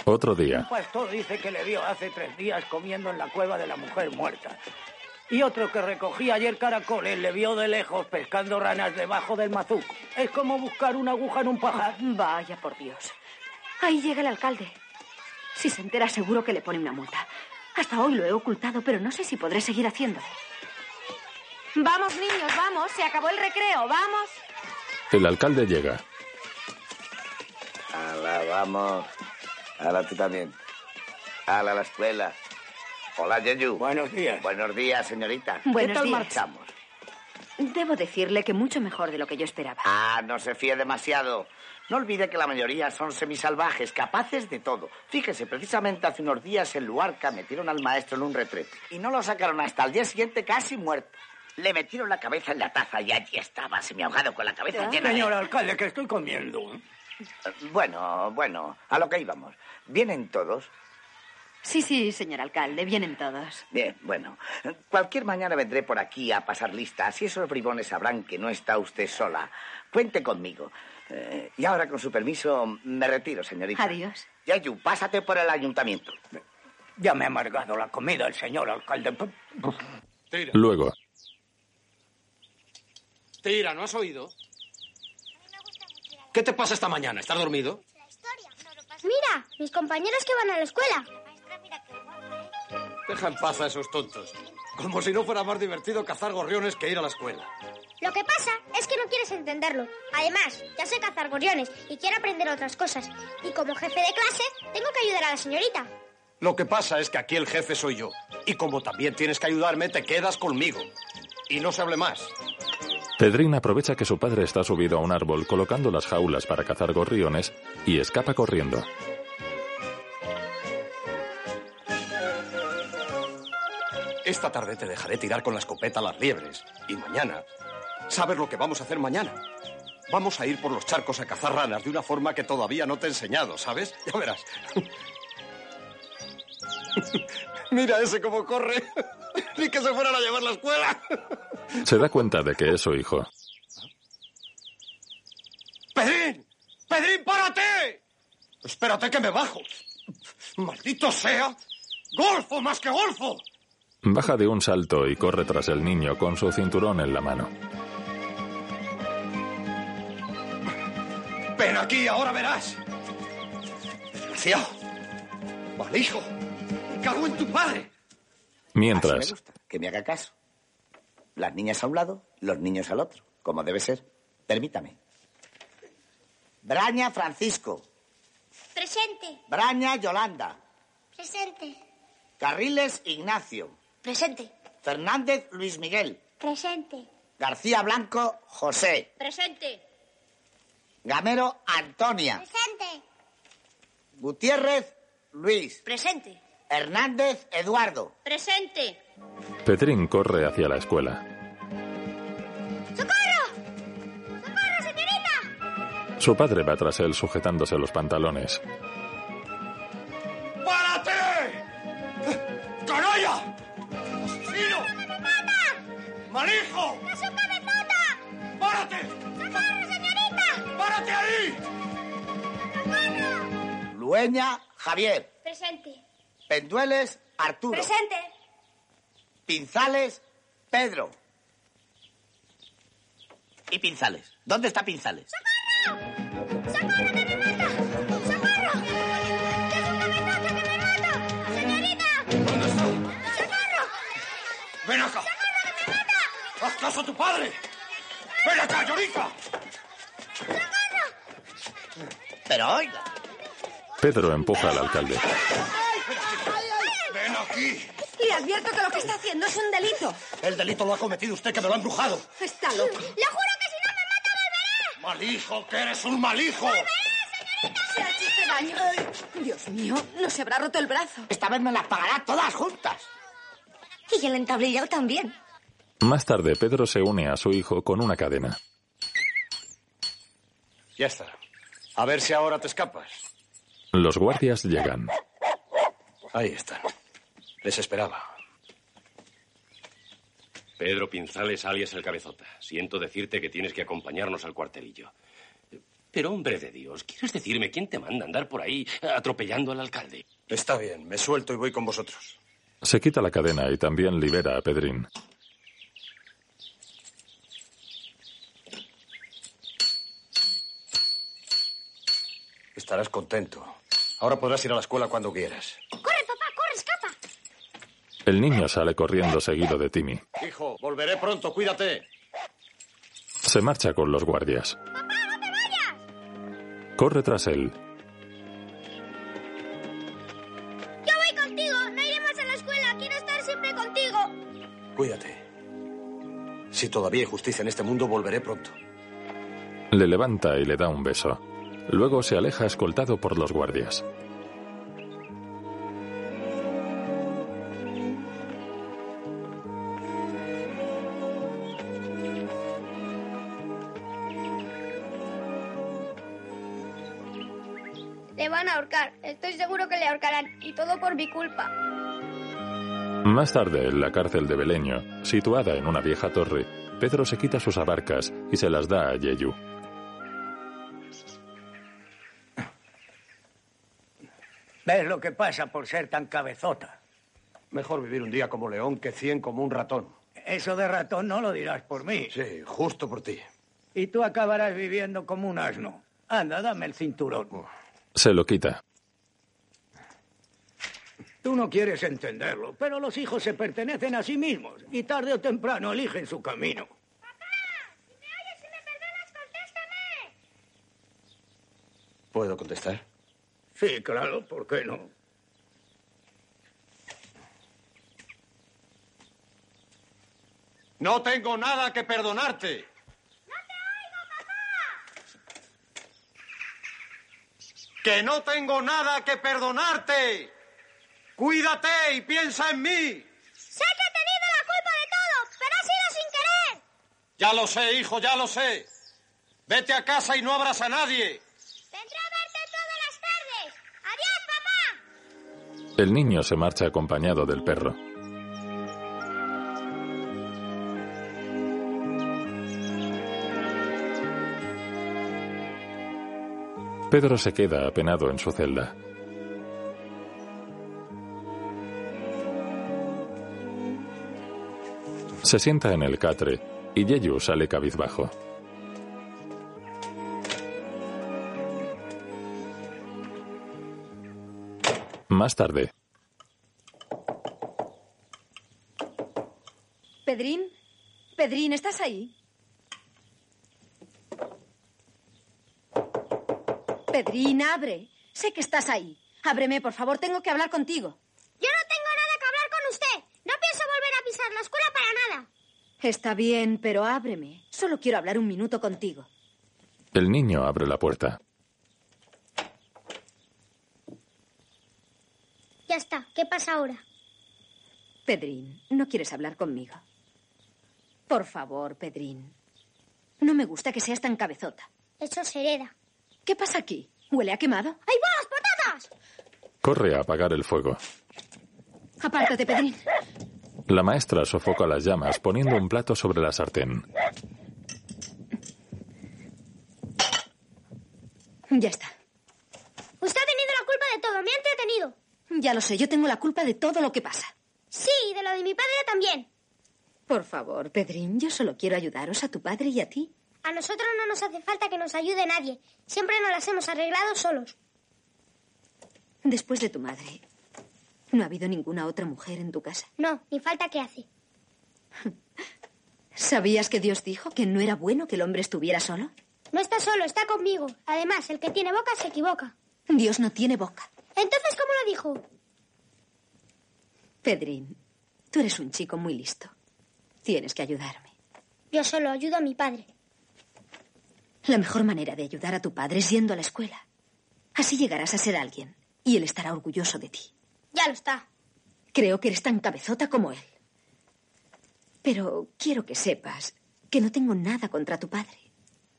Otro día,
Pues todo dice que le vio hace tres días comiendo en la cueva de la mujer muerta. Y otro que recogía ayer caracoles le vio de lejos pescando ranas debajo del mazuco. Es como buscar una aguja en un pajar.
Vaya por Dios. Ahí llega el alcalde. Si se entera, seguro que le pone una multa. Hasta hoy lo he ocultado, pero no sé si podré seguir haciéndolo.
Vamos, niños, vamos. Se acabó el recreo, vamos.
el alcalde llega.
Ala, vamos. Ala, tú también. Ala, la escuela. Hola, Yeyu. Buenos días. Buenos días, señorita. ¿Qué
Buenos
tal
días.
marchamos?
Debo decirle que mucho mejor de lo que yo esperaba.
Ah, no se fíe demasiado. No olvide que la mayoría son semisalvajes, capaces de todo. Fíjese, precisamente hace unos días en Luarca metieron al maestro en un retrete y no lo sacaron hasta el día siguiente casi muerto. Le metieron la cabeza en la taza y allí estaba, semiahogado con la cabeza llena de...
Ah. Señor alcalde, que estoy comiendo.
Bueno, bueno, a lo que íbamos. ¿Vienen todos?
Sí, sí, señor alcalde, vienen todos.
Bien, bueno. Cualquier mañana vendré por aquí a pasar lista. Así esos bribones sabrán que no está usted sola. Cuente conmigo. Eh, y ahora, con su permiso, me retiro, señorita.
Adiós.
Yayu, pásate por el ayuntamiento.
Ya me ha amargado la comida el señor alcalde.
Luego,
Tira, ¿no has oído? ¿Qué te pasa esta mañana? ¿Estás dormido?
Mira, mis compañeros que van a la escuela.
Deja en paz a esos tontos. Como si no fuera más divertido cazar gorriones que ir a la escuela.
Lo que pasa es que no quieres entenderlo. Además, ya sé cazar gorriones y quiero aprender otras cosas. Y como jefe de clase, tengo que ayudar a la señorita.
Lo que pasa es que aquí el jefe soy yo. Y como también tienes que ayudarme, te quedas conmigo. Y no se hable más.
Pedrín aprovecha que su padre está subido a un árbol colocando las jaulas para cazar gorriones y escapa corriendo.
Esta tarde te dejaré tirar con la escopeta a las liebres. Y mañana. ¿Sabes lo que vamos a hacer mañana? Vamos a ir por los charcos a cazar ranas de una forma que todavía no te he enseñado, ¿sabes? Ya verás. Mira ese cómo corre. Ni que se fueran a llevar la escuela.
Se da cuenta de que es su hijo.
¡Pedrín! ¡Pedrín, párate! Espérate que me bajo. ¡Maldito sea! ¡Golfo más que golfo!
Baja de un salto y corre tras el niño con su cinturón en la mano.
Ven aquí, ahora verás. Desgraciado. Valijo. Me cago en tu padre.
Mientras,
Que me haga caso. Las niñas a un lado, los niños al otro, como debe ser. Permítame. Braña Francisco.
Presente,
Braña Yolanda.
presente,
Carriles Ignacio.
Presente.
Fernández Luis Miguel.
presente,
García Blanco José.
presente,
Gamero Antonia.
presente,
Gutiérrez Luis. Presente. Hernández Eduardo.
presente.
Pedrín corre hacia la escuela. Su padre va tras él sujetándose los pantalones.
¡Párate! ¡Canalla! ¡Asesino! ¡Malijo!
¡La sopa de mota!
¡Párate!
¡Socorro, señorita!
¡Párate ahí!
¡Socorro!
Lueña, Javier.
Presente.
Pendueles, Arturo.
Presente.
Pinzales, Pedro. ¿Y Pinzales? ¿Dónde está Pinzales?
¡Socorro! ¡Socorro, que me mata! ¡Socorro! ¡Que es un cabezazo, que me mato! ¡Señorita!
¿Dónde está?
¡Socorro!
¡Ven acá!
¡Socorro, que me mata!
¡Haz caso a tu padre! ¡Ven acá, llorica!
¡Socorro!
Pero oiga.
Pedro empuja al alcalde.
¡Ven aquí!
Le advierto que lo que está haciendo es un delito.
El delito lo ha cometido usted, que me lo ha embrujado.
Está
¡Le
loco.
juro que si no me mata volveré!
¡Malijo, que eres un malijo!
Se ha hecho este daño. Dios mío, no se habrá roto el brazo.
Esta vez me las pagará todas juntas.
Y el entablillado también.
Más tarde, Pedro se une a su hijo con una cadena.
Ya está. A ver si ahora te escapas.
Los guardias llegan.
Ahí están. Les esperaba.
Pedro Pinzales, alias el Cabezota. Siento decirte que tienes que acompañarnos al cuartelillo. Pero, hombre de Dios, ¿quieres decirme quién te manda andar por ahí atropellando al alcalde?
Está bien, me suelto y voy con vosotros.
Se quita la cadena y también libera a Pedrín.
Estarás contento. Ahora podrás ir a la escuela cuando quieras.
¡Corre, papá! ¡Corre, escapa!
El niño sale corriendo seguido de Timmy.
Hijo, volveré pronto, cuídate.
Se marcha con los guardias.
¡Papá, no te vayas!
Corre tras él.
Yo voy contigo. No iré más a la escuela. Quiero estar siempre contigo.
Cuídate. Si todavía hay justicia en este mundo, volveré pronto.
Le levanta y le da un beso. Luego se aleja escoltado por los guardias.
Le van a ahorcar. Estoy seguro que le ahorcarán. Y todo por mi culpa.
Más tarde, en la cárcel de Beleño, situada en una vieja torre, Pedro se quita sus abarcas y se las da a Yeyu.
¿Ves lo que pasa por ser tan cabezota?
Mejor vivir un día como león que cien como un ratón.
Eso de ratón no lo dirás por mí.
Sí, justo por ti.
Y tú acabarás viviendo como un asno. Anda, dame el cinturón.
Se lo quita.
Tú no quieres entenderlo, pero los hijos se pertenecen a sí mismos y tarde o temprano eligen su camino.
¡Papá! Si me oyes y me perdonas, contéstame.
¿Puedo contestar?
Sí, claro, ¿por qué no?
No tengo nada que perdonarte.
¡No te oigo, papá!
Que no tengo nada que perdonarte. Cuídate y piensa en mí.
Sé que he tenido la culpa de todo, pero ha sido sin querer.
Ya lo sé, hijo, ya lo sé. Vete a casa y no abras a nadie.
Vendré a verte todas las tardes. ¡Adiós, papá!
El niño se marcha acompañado del perro. Pedro se queda apenado en su celda. Se sienta en el catre y Yeyu sale cabizbajo. Más tarde,
Pedrín, Pedrín, ¿estás ahí? Pedrín, abre. Sé que estás ahí. Ábreme, por favor, tengo que hablar contigo.
Yo no tengo nada que hablar con usted. No pienso volver a pisar la escuela para nada.
Está bien, pero ábreme. Solo quiero hablar un minuto contigo.
el niño abre la puerta.
Ya está. ¿Qué pasa ahora?
Pedrín, no quieres hablar conmigo. Por favor, Pedrín. No me gusta que seas tan cabezota.
Eso se hereda.
¿Qué pasa aquí? ¿Huele a quemado?
¡Ahí vas, patatas!
Corre a apagar el fuego.
Apártate, Pedrín.
La maestra sofoca las llamas poniendo un plato sobre la sartén.
Ya está.
Usted ha tenido la culpa de todo, me ha entretenido.
Ya lo sé, yo tengo la culpa de todo lo que pasa.
Sí, y de lo de mi padre también.
Por favor, Pedrín, yo solo quiero ayudaros a tu padre y a ti.
A nosotros no nos hace falta que nos ayude nadie. Siempre nos las hemos arreglado solos.
Después de tu madre, ¿no ha habido ninguna otra mujer en tu casa?
No, ni falta que hace.
¿Sabías que Dios dijo que no era bueno que el hombre estuviera solo?
No está solo, está conmigo. Además, el que tiene boca se equivoca.
Dios no tiene boca.
Entonces, ¿cómo lo dijo?
Pedrín, tú eres un chico muy listo. Tienes que ayudarme.
Yo solo ayudo a mi padre.
La mejor manera de ayudar a tu padre es yendo a la escuela. Así llegarás a ser alguien y él estará orgulloso de ti.
Ya lo está.
Creo que eres tan cabezota como él. Pero quiero que sepas que no tengo nada contra tu padre.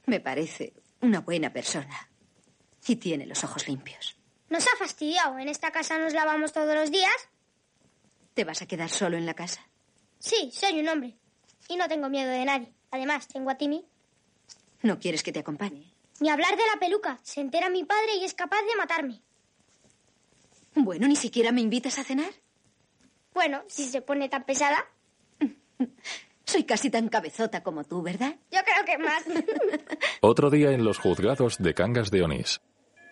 Me parece una buena persona y tiene los ojos limpios.
Nos ha fastidiado. En esta casa nos lavamos todos los días.
¿Te vas a quedar solo en la casa?
Sí, soy un hombre. Y no tengo miedo de nadie. Además, tengo a Timmy.
¿No quieres que te acompañe?
Ni hablar de la peluca. Se entera mi padre y es capaz de matarme.
Bueno, ni siquiera me invitas a cenar.
Bueno, si se pone tan pesada.
Soy casi tan cabezota como tú, ¿verdad?
Yo creo que más.
Otro día en los juzgados de Cangas de Onís.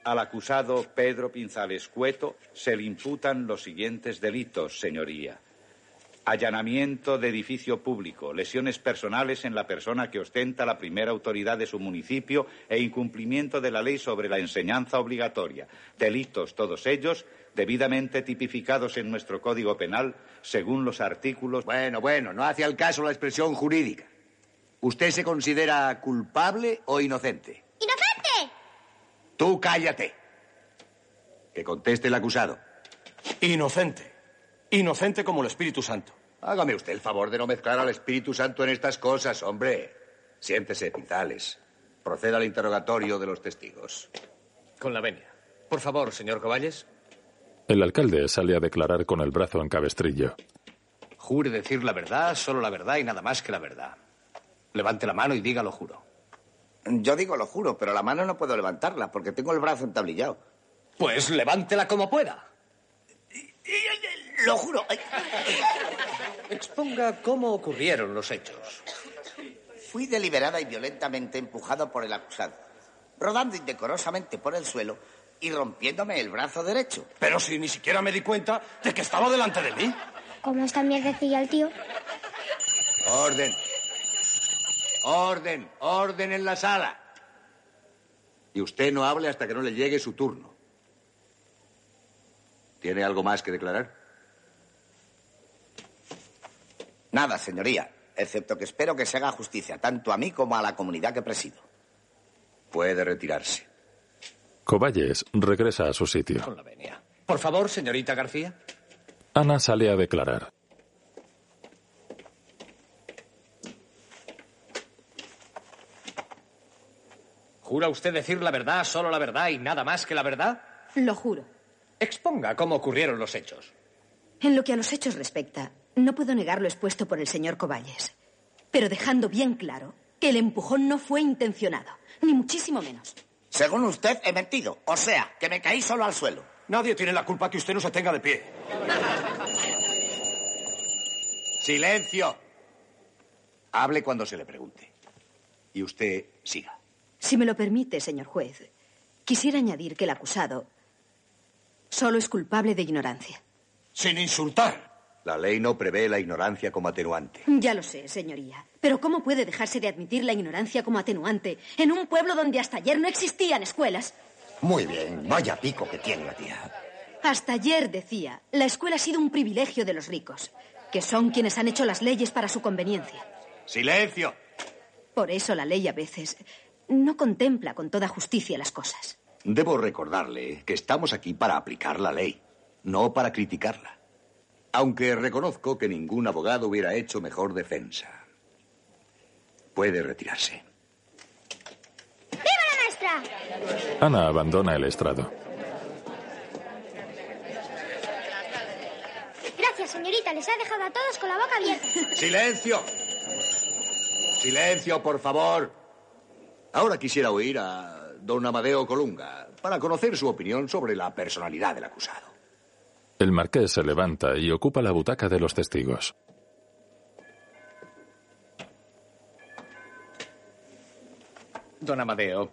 Al acusado Pedro Pinzales Cueto se le imputan los siguientes delitos, señoría. Allanamiento de edificio público, lesiones personales en la persona que ostenta la primera autoridad de su municipio e incumplimiento de la ley sobre la enseñanza obligatoria. Delitos, todos ellos, debidamente tipificados en nuestro Código Penal según los artículos.
Bueno, bueno, no hace al caso la expresión jurídica. ¿Usted se considera culpable o inocente?
¡Inocente!
Tú cállate. Que conteste el acusado.
Inocente. Inocente como el Espíritu Santo.
Hágame usted el favor de no mezclar al Espíritu Santo en estas cosas, hombre. Siéntese, Pizales. Proceda al interrogatorio de los testigos.
Con la venia. Por favor, señor Coballes.
El alcalde sale a declarar con el brazo en cabestrillo.
Jure decir la verdad, solo la verdad y nada más que la verdad. Levante la mano y diga lo juro.
Yo digo lo juro, pero la mano no puedo levantarla porque tengo el brazo entablillado.
Pues levántela como pueda.
Lo juro.
Exponga cómo ocurrieron los hechos.
Fui deliberada y violentamente empujado por el acusado, rodando indecorosamente por el suelo y rompiéndome el brazo derecho.
Pero si ni siquiera me di cuenta de que estaba delante de mí.
¿Cómo está mierdecilla el tío?
Orden. Orden, orden en la sala. Y usted no hable hasta que no le llegue su turno. ¿Tiene algo más que declarar?
Nada, señoría, excepto que espero que se haga justicia tanto a mí como a la comunidad que presido.
Puede retirarse.
Coballes regresa a su sitio.
Con la venia. Por favor, señorita García.
Ana sale a declarar.
¿Jura usted decir la verdad, solo la verdad y nada más que la verdad?
Lo juro.
Exponga cómo ocurrieron los hechos.
En lo que a los hechos respecta, no puedo negar lo expuesto por el señor Coballes, pero dejando bien claro que el empujón no fue intencionado, ni muchísimo menos.
Según usted, he mentido. O sea, que me caí solo al suelo.
Nadie tiene la culpa que usted no se tenga de pie.
Silencio. Hable cuando se le pregunte. Y usted siga.
Si me lo permite, señor juez, quisiera añadir que el acusado solo es culpable de ignorancia.
Sin insultar.
La ley no prevé la ignorancia como atenuante.
Ya lo sé, señoría. Pero ¿cómo puede dejarse de admitir la ignorancia como atenuante en un pueblo donde hasta ayer no existían escuelas?
Muy bien, vaya pico que tiene la tía.
Hasta ayer decía, la escuela ha sido un privilegio de los ricos, que son quienes han hecho las leyes para su conveniencia.
Silencio.
Por eso la ley a veces no contempla con toda justicia las cosas.
Debo recordarle que estamos aquí para aplicar la ley, no para criticarla aunque reconozco que ningún abogado hubiera hecho mejor defensa. Puede retirarse.
¡Viva la maestra! maestra.
Ana abandona el estrado.
Gracias, señorita. Les ha dejado a todos con la boca abierta.
¡Silencio! ¡Silencio, por favor! Ahora quisiera oír a don Amadeo Colunga para conocer su opinión sobre la personalidad del acusado.
El marqués se levanta y ocupa la butaca de los testigos.
Don Amadeo,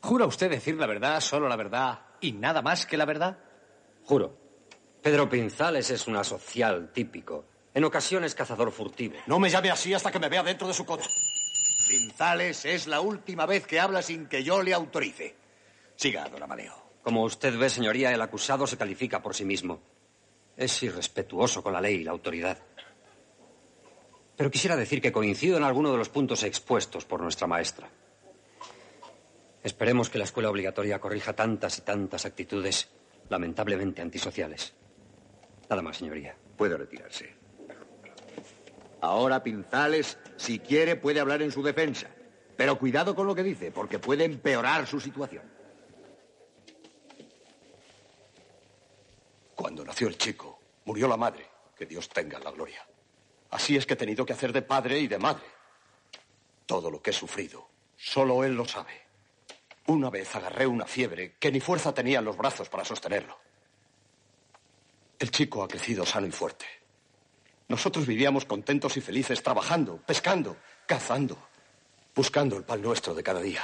¿jura usted decir la verdad, solo la verdad y nada más que la verdad?
Juro. Pedro Pinzales es un asocial típico. En ocasiones cazador furtivo.
No me llame así hasta que me vea dentro de su coche.
Pinzales, es la última vez que habla sin que yo le autorice. Siga, don Amadeo.
Como usted ve, señoría, el acusado se califica por sí mismo. Es irrespetuoso con la ley y la autoridad. Pero quisiera decir que coincido en alguno de los puntos expuestos por nuestra maestra. Esperemos que la escuela obligatoria corrija tantas y tantas actitudes lamentablemente antisociales. Nada más, señoría.
Puede retirarse. Ahora Pinzales, si quiere, puede hablar en su defensa. Pero cuidado con lo que dice, porque puede empeorar su situación.
Cuando nació el chico, murió la madre. Que Dios tenga la gloria. Así es que he tenido que hacer de padre y de madre. Todo lo que he sufrido, solo él lo sabe. Una vez agarré una fiebre que ni fuerza tenía en los brazos para sostenerlo. El chico ha crecido sano y fuerte. Nosotros vivíamos contentos y felices trabajando, pescando, cazando, buscando el pan nuestro de cada día.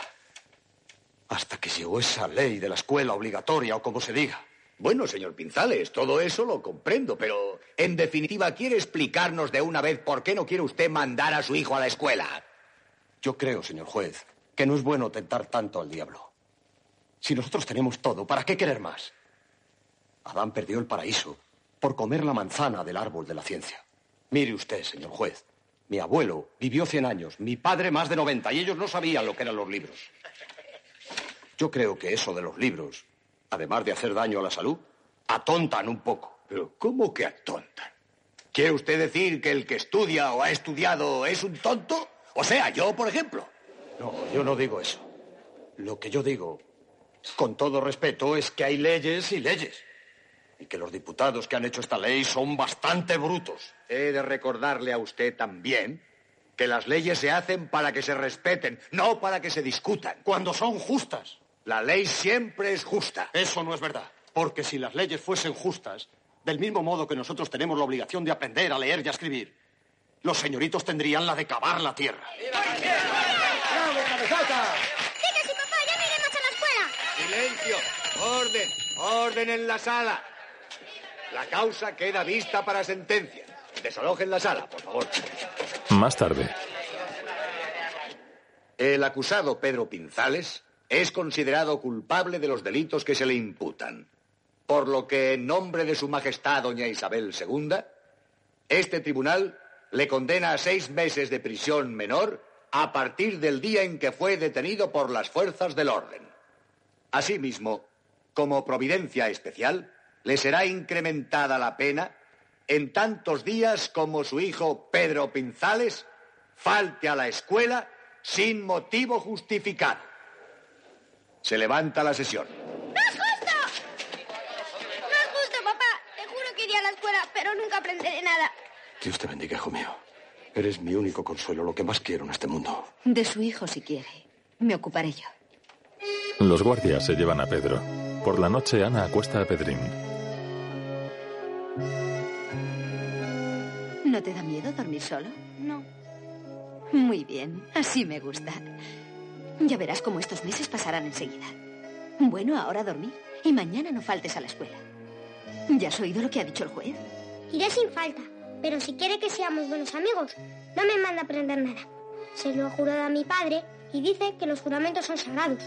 Hasta que llegó esa ley de la escuela obligatoria o como se diga.
Bueno, señor Pinzales, todo eso lo comprendo, pero en definitiva, ¿quiere explicarnos de una vez por qué no quiere usted mandar a su hijo a la escuela?
Yo creo, señor juez, que no es bueno tentar tanto al diablo. Si nosotros tenemos todo, ¿para qué querer más? Adán perdió el paraíso por comer la manzana del árbol de la ciencia. Mire usted, señor juez, mi abuelo vivió 100 años, mi padre más de 90, y ellos no sabían lo que eran los libros. Yo creo que eso de los libros, además de hacer daño a la salud, atontan un poco.
Pero ¿cómo que atontan? ¿Quiere usted decir que el que estudia o ha estudiado es un tonto? O sea, yo, por ejemplo.
No, yo no digo eso. Lo que yo digo, con todo respeto, es que hay leyes y leyes. Y que los diputados que han hecho esta ley son bastante brutos.
He de recordarle a usted también que las leyes se hacen para que se respeten, no para que se discutan.
Cuando son justas.
La ley siempre es justa.
Eso no es verdad. Porque si las leyes fuesen justas, del mismo modo que nosotros tenemos la obligación de aprender a leer y a escribir, los señoritos tendrían la de cavar la tierra. ¡Viva la tierra!
Chicas y papá, ya no iremos a la escuela.
Silencio, orden, orden en la sala. La causa queda vista para sentencia. Desalojen la sala, por favor.
Más tarde.
El acusado Pedro Pinzales es considerado culpable de los delitos que se le imputan. Por lo que, en nombre de Su Majestad Doña Isabel II, este tribunal le condena a seis meses de prisión menor a partir del día en que fue detenido por las fuerzas del orden. Asimismo, como providencia especial, le será incrementada la pena en tantos días como su hijo Pedro Pinzales falte a la escuela sin motivo justificado. Se levanta la sesión.
¡No es justo!
No es justo, papá. Te juro que iré a la escuela, pero nunca aprenderé nada.
Dios te bendiga, hijo mío. Eres mi único consuelo, lo que más quiero en este mundo.
De su hijo, si quiere. Me ocuparé yo.
Los guardias se llevan a Pedro. Por la noche, Ana acuesta a Pedrín.
¿No te da miedo dormir solo?
No.
Muy bien, así me gusta. Ya verás cómo estos meses pasarán enseguida. Bueno, ahora dormí y mañana no faltes a la escuela. ¿Ya has oído lo que ha dicho el juez?
Iré sin falta. Pero si quiere que seamos buenos amigos, no me manda a aprender nada. Se lo ha jurado a mi padre y dice que los juramentos son sagrados.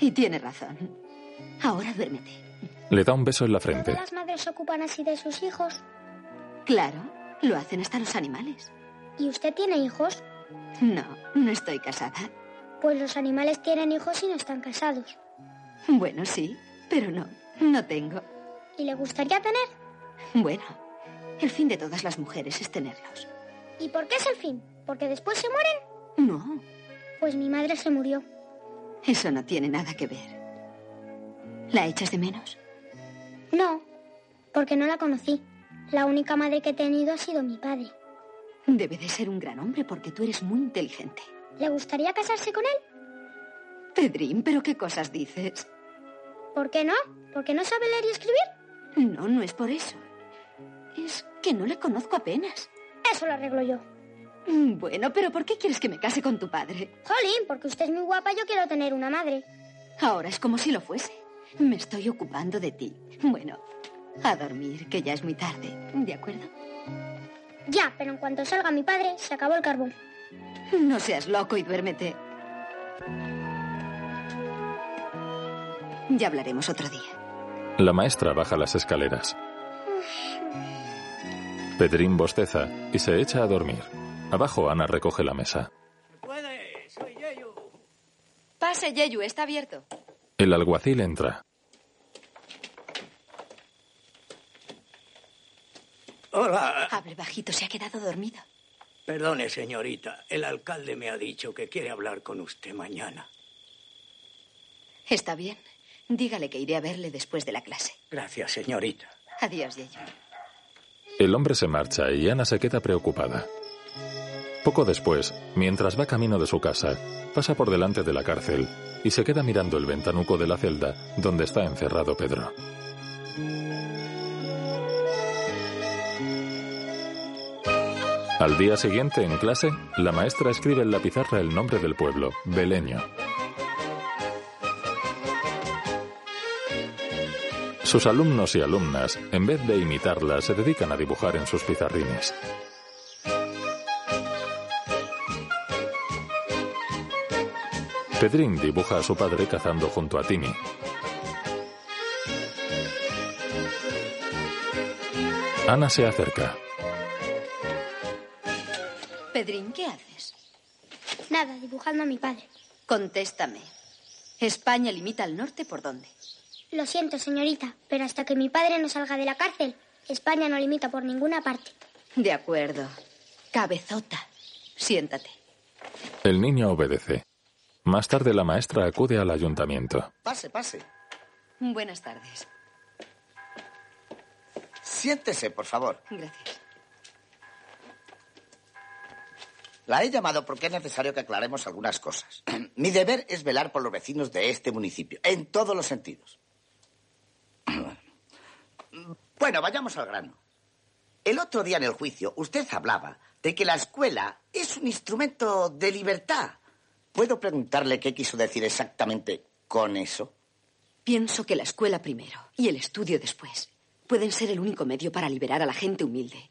Y tiene razón. Ahora duérmete.
Le da un beso en la frente.
¿Todas las madres se ocupan así de sus hijos?
Claro, lo hacen hasta los animales.
¿Y usted tiene hijos?
No, no estoy casada.
Pues los animales tienen hijos y no están casados.
Bueno, sí, pero no, no tengo.
¿Y le gustaría tener?
Bueno, el fin de todas las mujeres es tenerlos.
¿Y por qué es el fin? ¿Porque después se mueren?
No.
Pues mi madre se murió.
Eso no tiene nada que ver. ¿La echas de menos?
No, porque no la conocí. La única madre que he tenido ha sido mi padre.
Debe de ser un gran hombre porque tú eres muy inteligente.
¿Le gustaría casarse con él?
Pedrín, ¿pero qué cosas dices?
¿Por qué no? ¿Porque no sabe leer y escribir?
No, no es por eso. Es que no le conozco apenas. Mm,
Eso lo arreglo yo.
Bueno, pero ¿por qué quieres que me case con tu padre?
Jolín, porque usted es muy guapa, yo quiero tener una madre.
Ahora es como si lo fuese. Me estoy ocupando de ti. Bueno, a dormir, que ya es muy tarde. ¿De acuerdo?
Ya, pero en cuanto salga mi padre, se acabó el carbón.
No seas loco y duérmete. Ya hablaremos otro día.
La maestra baja las escaleras. Pedrín bosteza y se echa a dormir. Abajo Ana recoge la mesa.
puede! ¡Soy Yeyu!
Pase, Yeyu, está abierto.
El alguacil entra.
Hola.
Hable bajito, se ha quedado dormido.
Perdone, señorita. El alcalde me ha dicho que quiere hablar con usted mañana.
Está bien. Dígale que iré a verle después de la clase.
Gracias, señorita.
Adiós, Yeyo.
El hombre se marcha y Ana se queda preocupada. Poco después, mientras va camino de su casa, pasa por delante de la cárcel y se queda mirando el ventanuco de la celda donde está encerrado Pedro. Al día siguiente, en clase, la maestra escribe en la pizarra el nombre del pueblo, Beleño. Sus alumnos y alumnas, en vez de imitarla, se dedican a dibujar en sus pizarrines. Pedrín dibuja a su padre cazando junto a Timmy. Ana se acerca.
Pedrín, ¿qué haces?
Nada, dibujando a mi padre.
Contéstame. ¿España limita al norte por dónde?
Lo siento, señorita, pero hasta que mi padre no salga de la cárcel, España no limita por ninguna parte.
De acuerdo. Cabezota, siéntate.
El niño obedece. Más tarde la maestra acude al ayuntamiento.
Pase, pase.
Buenas tardes.
Siéntese, por favor.
Gracias.
La he llamado porque es necesario que aclaremos algunas cosas. Mi deber es velar por los vecinos de este municipio, en todos los sentidos. Bueno, vayamos al grano. El otro día en el juicio usted hablaba de que la escuela es un instrumento de libertad. ¿Puedo preguntarle qué quiso decir exactamente con eso?
Pienso que la escuela primero y el estudio después pueden ser el único medio para liberar a la gente humilde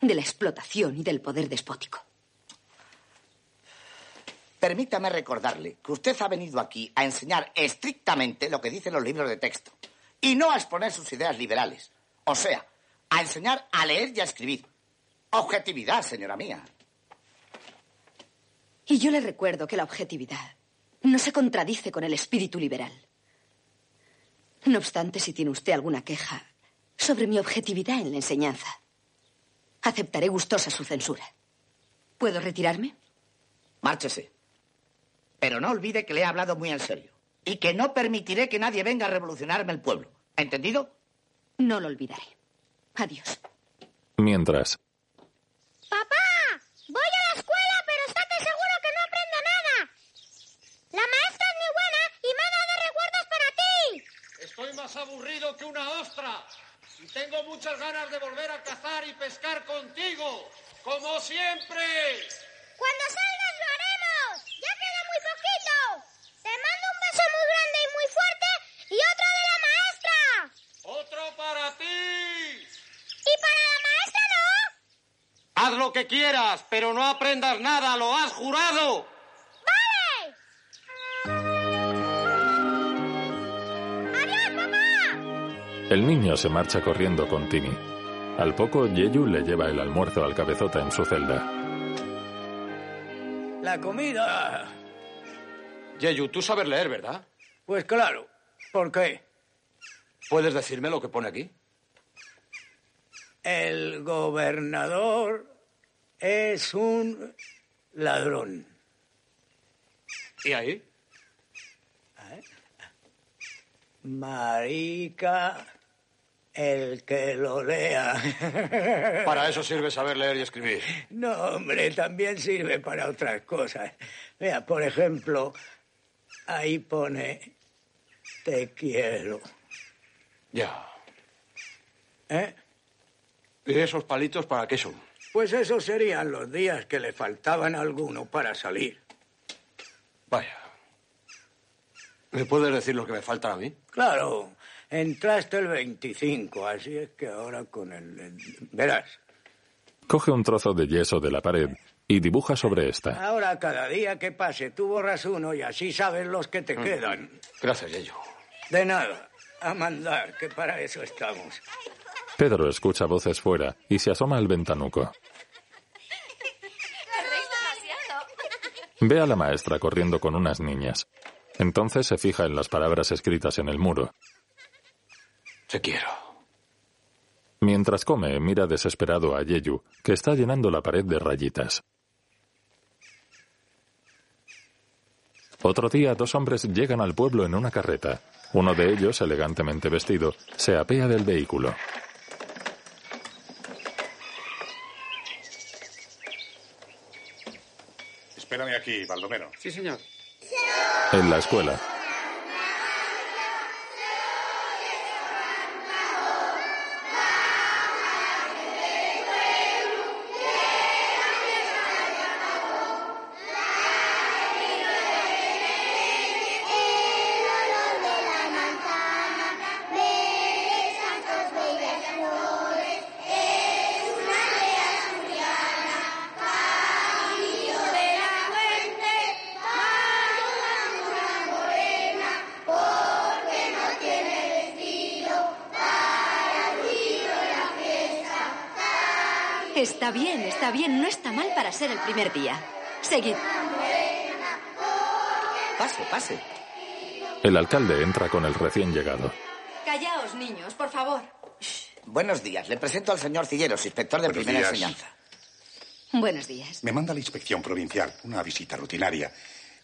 de la explotación y del poder despótico.
Permítame recordarle que usted ha venido aquí a enseñar estrictamente lo que dicen los libros de texto y no a exponer sus ideas liberales. O sea, a enseñar a leer y a escribir. Objetividad, señora mía.
Y yo le recuerdo que la objetividad no se contradice con el espíritu liberal. No obstante, si tiene usted alguna queja sobre mi objetividad en la enseñanza, aceptaré gustosa su censura. ¿Puedo retirarme?
Márchese. Pero no olvide que le he hablado muy en serio. Y que no permitiré que nadie venga a revolucionarme el pueblo. ¿Entendido?
No lo olvidaré. Adiós.
Mientras.
¡Papá! Voy a la escuela, pero estate seguro que no aprendo nada. La maestra es muy buena y me ha dado recuerdos para ti.
Estoy más aburrido que una ostra. Y tengo muchas ganas de volver a cazar y pescar contigo. Como siempre.
Cuando salgas lo haremos. Ya queda muy poquito. Te mando un beso muy grande y muy fuerte y otro de la maestra.
Otro para ti.
¿Y para la maestra no?
Haz lo que quieras, pero no aprendas nada, lo has jurado.
¡Vale! ¡Adiós, papá!
El niño se marcha corriendo con Timmy. Al poco, Yeyu le lleva el almuerzo al cabezota en su celda.
La comida.
Ah. Yeyu, tú sabes leer, ¿verdad?
Pues claro. ¿Por qué?
¿Puedes decirme lo que pone aquí?
El gobernador es un ladrón.
¿Y ahí?
Marica, el que lo lea.
Para eso sirve saber leer y escribir.
No, hombre, también sirve para otras cosas. Vea, por ejemplo, ahí pone te quiero.
Ya.
¿Eh?
¿Y esos palitos para qué son?
Pues esos serían los días que le faltaban a alguno para salir.
Vaya. ¿Me puedes decir lo que me falta a mí?
Claro, entraste el 25, así es que ahora con el... Verás,
Coge un trozo de yeso de la pared y dibuja sobre esta.
ahora cada día que pase tú borras uno y así sabes los que te quedan.
Mm. Gracias, Yello.
De nada, a mandar, que para eso estamos.
Pedro escucha voces fuera y se asoma al ventanuco. Ve a la maestra corriendo con unas niñas. Entonces se fija en las palabras escritas en el muro.
Te quiero.
Mientras come, mira desesperado a Yeyu, que está llenando la pared de rayitas. Otro día, dos hombres llegan al pueblo en una carreta. Uno de ellos, elegantemente vestido, se apea del vehículo.
Espérame aquí, Baldomero.
Sí, señor.
En la escuela,
Está bien, está bien. No está mal para ser el primer día. Seguid.
Pase, pase.
el alcalde entra con el recién llegado.
Callaos, niños, por favor.
Buenos días. Le presento al señor Cilleros, inspector de
Buenos
primera
días.
enseñanza.
Buenos días.
Me manda la inspección provincial, una visita rutinaria.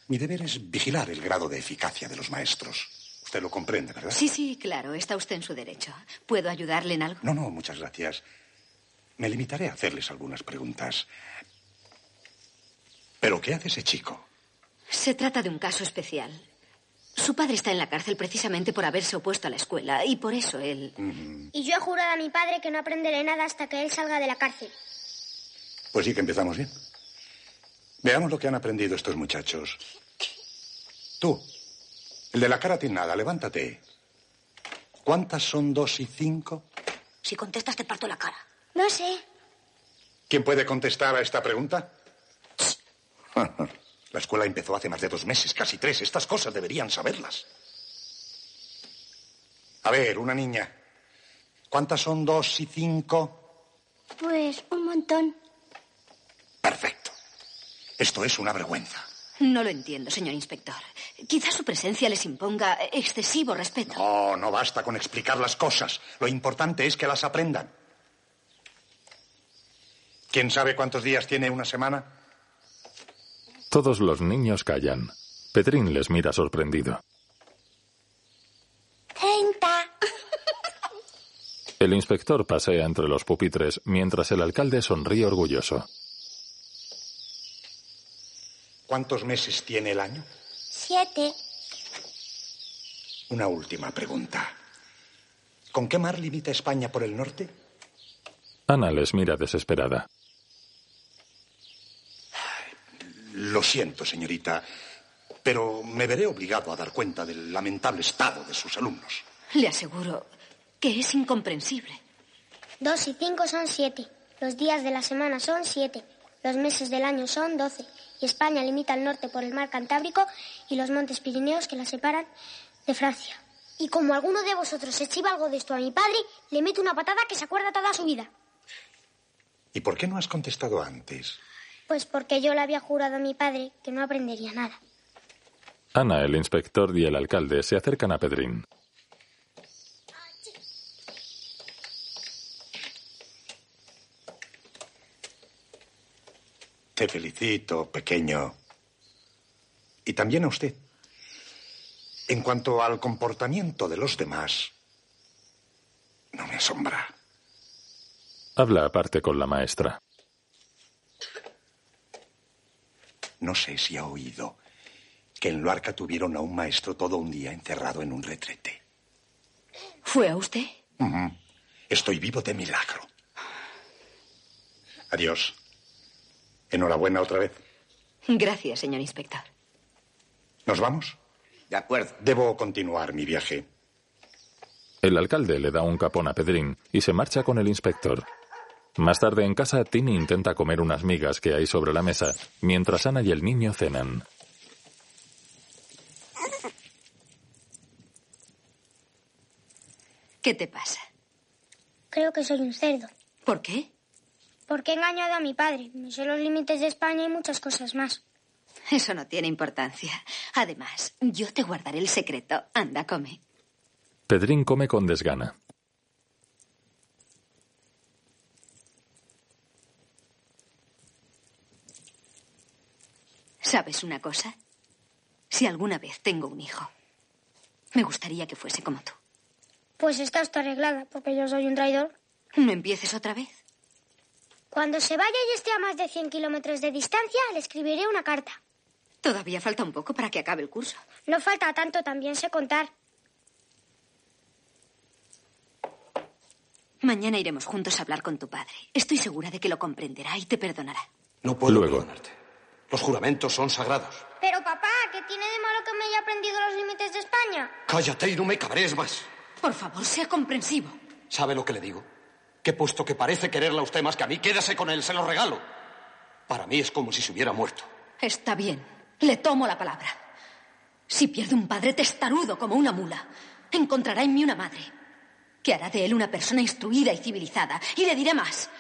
Mi deber es vigilar el grado de eficacia de los maestros. Usted lo comprende, ¿verdad?
Sí, sí, claro. Está usted en su derecho. ¿Puedo ayudarle en algo?
No, no, muchas gracias. Me limitaré a hacerles algunas preguntas. ¿Pero qué hace ese chico?
Se trata de un caso especial. Su padre está en la cárcel precisamente por haberse opuesto a la escuela y por eso él...
Y yo he jurado a mi padre que no aprenderé nada hasta que él salga de la cárcel.
Pues sí que empezamos bien. Veamos lo que han aprendido estos muchachos. Tú, el de la cara nada, levántate. ¿Cuántas son dos y cinco?
Si contestas te parto la cara. No sé.
¿Quién puede contestar a esta pregunta? La escuela empezó hace más de dos meses, casi tres. Estas cosas deberían saberlas. A ver, una niña. ¿Cuántas son dos y cinco?
Pues un montón.
Perfecto. Esto es una vergüenza.
No lo entiendo, señor inspector. Quizás su presencia les imponga excesivo respeto.
No, Oh, no basta con explicar las cosas. Lo importante es que las aprendan. ¿Quién sabe cuántos días tiene una semana?
Todos los niños callan. Petrín les mira sorprendido.
Treinta.
El inspector pasea entre los pupitres mientras el alcalde sonríe orgulloso.
¿Cuántos meses tiene el año?
Siete.
Una última pregunta. ¿Con qué mar limita España por el norte?
Ana les mira desesperada.
Lo siento, señorita, pero me veré obligado a dar cuenta del lamentable estado de sus alumnos.
Le aseguro que es incomprensible.
Dos y cinco son siete. Los días de la semana son siete. Los meses del año son doce. Y España limita al norte por el mar Cantábrico y los montes Pirineos que la separan de Francia. Y como alguno de vosotros se chiva algo de esto a mi padre, le meto una patada que se acuerda toda su vida.
¿Y por qué no has contestado antes?
Pues porque yo le había jurado a mi padre que no aprendería nada.
Ana, el inspector y el alcalde se acercan a Pedrín.
Te felicito, pequeño. Y también a usted. En cuanto al comportamiento de los demás, no me asombra.
Habla aparte con la maestra.
No sé si ha oído que en Luarca tuvieron a un maestro todo un día encerrado en un retrete.
¿Fue a usted?
Ujú. Estoy vivo de milagro. Adiós. Enhorabuena otra vez.
Gracias, señor inspector.
¿Nos vamos?
De acuerdo.
Debo continuar mi viaje.
El alcalde le da un capón a Pedrín y se marcha con el inspector. Más tarde en casa, Tini intenta comer unas migas que hay sobre la mesa, mientras Ana y el niño cenan.
¿Qué te pasa?
Creo que soy un cerdo.
¿Por qué?
Porque he engañado a mi padre. Me sé los límites de España y muchas cosas más.
Eso no tiene importancia. Además, yo te guardaré el secreto. Anda, come.
Pedrín come con desgana.
¿Sabes una cosa? Si alguna vez tengo un hijo, me gustaría que fuese como tú.
Pues está usted arreglada, porque yo soy un traidor.
No empieces otra vez.
Cuando se vaya y esté a más de 100 kilómetros de distancia, le escribiré una carta.
Todavía falta un poco para que acabe el curso.
No falta tanto, también sé contar.
Mañana iremos juntos a hablar con tu padre. Estoy segura de que lo comprenderá y te perdonará.
No puedo Luego. perdonarte. Los juramentos son sagrados.
Pero papá, ¿qué tiene de malo que me haya aprendido los límites de España?
Cállate y no me cabrees más.
Por favor, sea comprensivo.
¿Sabe lo que le digo? Que puesto que parece quererla a usted más que a mí, quédase con él, se lo regalo. Para mí es como si se hubiera muerto.
Está bien. Le tomo la palabra. Si pierde un padre testarudo como una mula, encontrará en mí una madre que hará de él una persona instruida y civilizada. Y le diré más.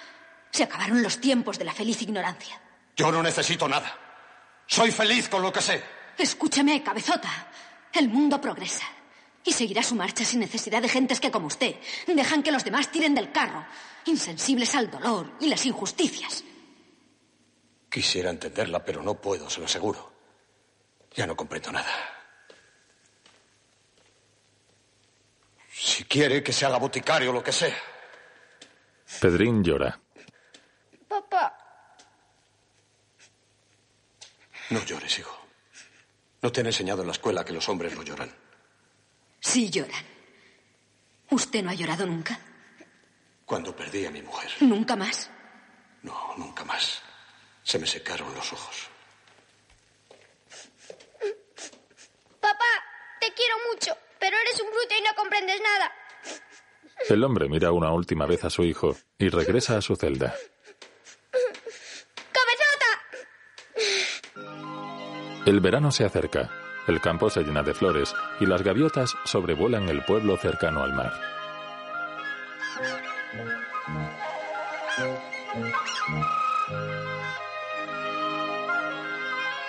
Se acabaron los tiempos de la feliz ignorancia.
Yo no necesito nada. Soy feliz con lo que sé.
Escúchame, cabezota. El mundo progresa. Y seguirá su marcha sin necesidad de gentes que, como usted, dejan que los demás tiren del carro, insensibles al dolor y las injusticias.
Quisiera entenderla, pero no puedo, se lo aseguro. Ya no comprendo nada. Si quiere que se haga boticario o lo que sea.
Pedrín llora.
Papá,
No llores, hijo. No te han enseñado en la escuela que los hombres no lloran.
Sí lloran. ¿Usted no ha llorado nunca?
Cuando perdí a mi mujer.
¿Nunca más?
No, nunca más. Se me secaron los ojos.
papá, te quiero mucho, pero eres un bruto y no comprendes nada.
El hombre mira una última vez a su hijo y regresa a su celda.
¡Cabezota!
El verano se acerca. El campo se llena de flores y las gaviotas sobrevuelan el pueblo cercano al mar.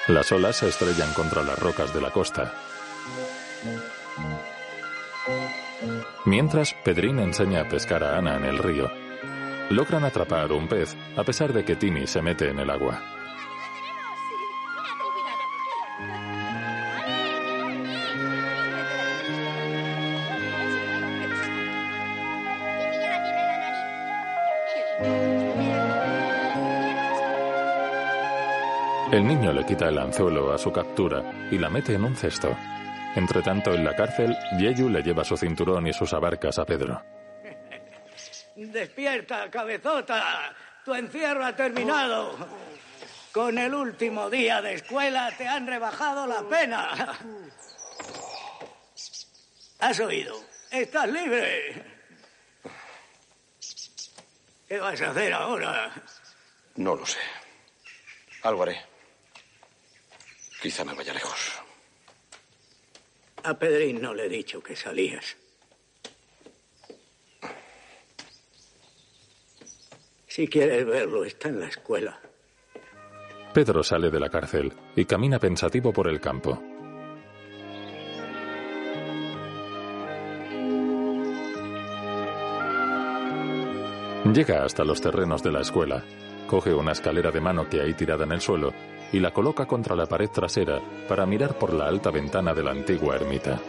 Las olas se estrellan contra las rocas de la costa. Mientras, Pedrín enseña a pescar a Ana en el río. Logran atrapar un pez, a pesar de que Tini se mete en el agua. El niño le quita el anzuelo a su captura y la mete en un cesto. Entretanto, en la cárcel, Yeyu le lleva su cinturón y sus abarcas a Pedro.
Despierta, cabezota. Tu encierro ha terminado. Con el último día de escuela te han rebajado la pena. ¿Has oído? Estás libre. ¿Qué vas a hacer ahora?
No lo sé. Algo haré. Quizá me vaya lejos.
A Pedrín no le he dicho que salías. Si quieres verlo, está en la escuela.
Pedro sale de la cárcel y camina pensativo por el campo. Llega hasta los terrenos de la escuela, coge una escalera de mano que hay tirada en el suelo y la coloca contra la pared trasera para mirar por la alta ventana de la antigua ermita.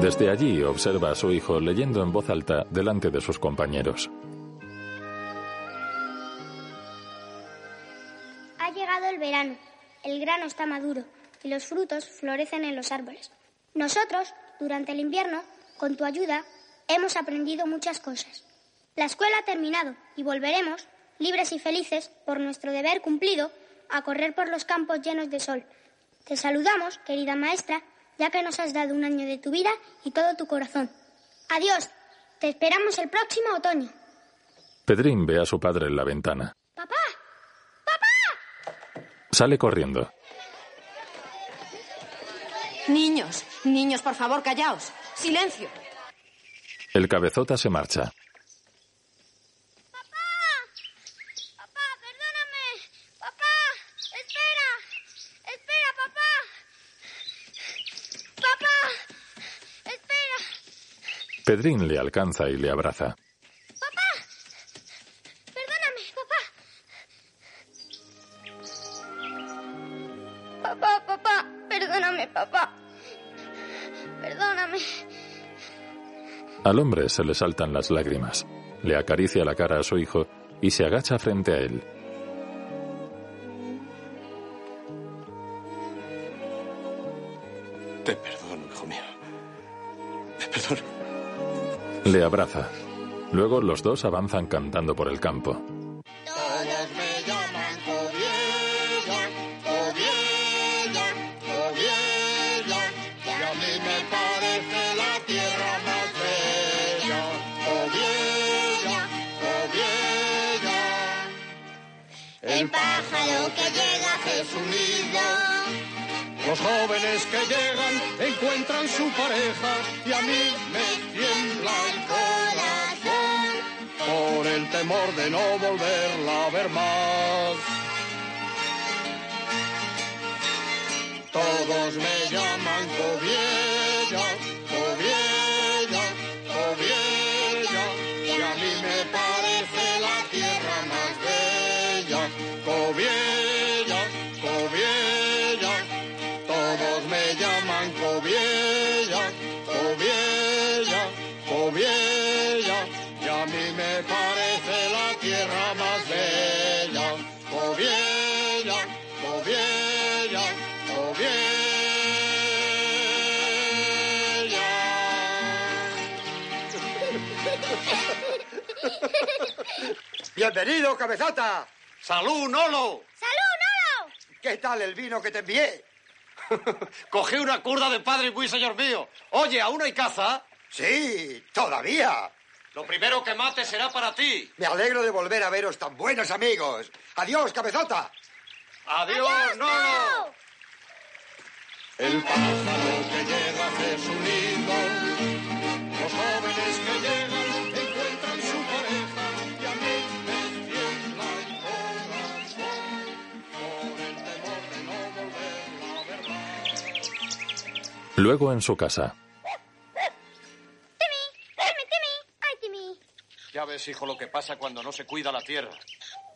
Desde allí observa a su hijo leyendo en voz alta delante de sus compañeros.
Ha llegado el verano, el grano está maduro y los frutos florecen en los árboles. Nosotros, durante el invierno, con tu ayuda, hemos aprendido muchas cosas. La escuela ha terminado y volveremos, libres y felices, por nuestro deber cumplido, a correr por los campos llenos de sol. Te saludamos, querida maestra, ya que nos has dado un año de tu vida y todo tu corazón. Adiós, te esperamos el próximo otoño.
Pedrín ve a su padre en la ventana.
¡Papá! ¡Papá!
Sale corriendo.
Niños, niños, por favor, callaos. Silencio.
El cabezota se marcha.
¡Papá! ¡Papá, perdóname! ¡Papá! ¡Espera! ¡Espera, papá! ¡Papá! ¡Espera!
Pedrín le alcanza y le abraza.
¡Papá! ¡Perdóname, papá! Papá, papá, perdóname, papá. Perdóname.
Al hombre se le saltan las lágrimas. Le acaricia la cara a su hijo y se agacha frente a él.
Te perdono, hijo mío. Te perdono.
Le abraza. Luego los dos avanzan cantando por el campo.
Todos me llaman Coviella, Coviella, Coviella, que a mí me parece la tierra más bella. Coviella, Coviella.
El pájaro que llega hace su nido.
Los jóvenes que llegan encuentran su pareja y a mí me tiembla el corazón por el temor de no volverla a ver más. Todos me llaman Coviella, Coviella, Coviella, y a mí me parece la tierra más bella. Coviella, Coviella, todos me llaman Coviella, Coviella, Coviella, y a mí me parece la tierra más bella. Coviella, Coviella, Coviella.
Bienvenido, cabezota. Salud, Nolo.
¡Salud, Nolo!
¿Qué tal el vino que te envié?
Cogí una curda de padre muy señor mío. Oye, ¿aún hay caza?
Sí, todavía.
Lo primero que mate será para ti.
Me alegro de volver a veros tan buenos amigos. Adiós, cabezota.
Adiós, Nolo.
El pájaro que llega hace su nido. Los jóvenes que llegan encuentran su pareja y a mí me tiembla el corazón por el temor de no volverla a ver más.
Luego en su casa.
Timmy, Timmy, Timmy, ay, Timmy.
Ya ves, hijo, lo que pasa cuando no se cuida la tierra.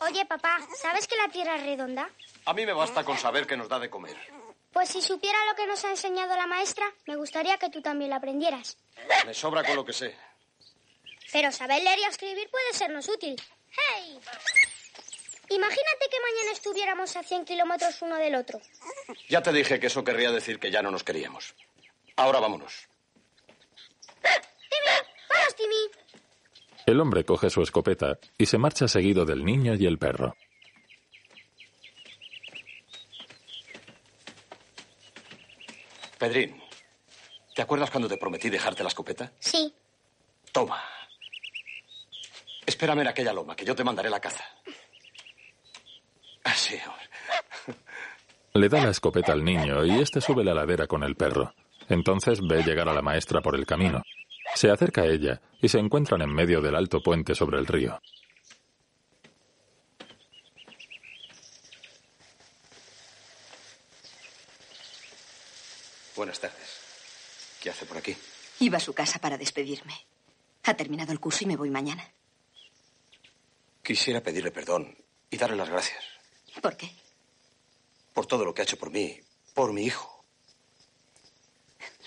Oye, papá, ¿sabes que la tierra es redonda?
A mí me basta con saber que nos da de comer.
Pues si supiera lo que nos ha enseñado la maestra, me gustaría que tú también lo aprendieras.
Me sobra con lo que sé.
Pero saber leer y escribir puede sernos útil. ¡Hey! Imagínate que mañana estuviéramos a 100 kilómetros uno del otro.
Ya te dije que eso querría decir que ya no nos queríamos. Ahora vámonos.
¡Timmy! ¡Vamos, Timmy!
El hombre coge su escopeta y se marcha seguido del niño y el perro.
Pedrín, ¿te acuerdas cuando te prometí dejarte la escopeta?
Sí.
Toma. Espérame en aquella loma, que yo te mandaré la caza. Así, hombre.
Le da la escopeta al niño y este sube la ladera con el perro. Entonces ve llegar a la maestra por el camino. Se acerca a ella y se encuentran en medio del alto puente sobre el río.
Buenas tardes. ¿Qué hace por aquí?
Iba a su casa para despedirme. Ha terminado el curso y me voy mañana.
Quisiera pedirle perdón y darle las gracias
¿Por qué?
por todo lo que ha hecho por mí, por mi hijo.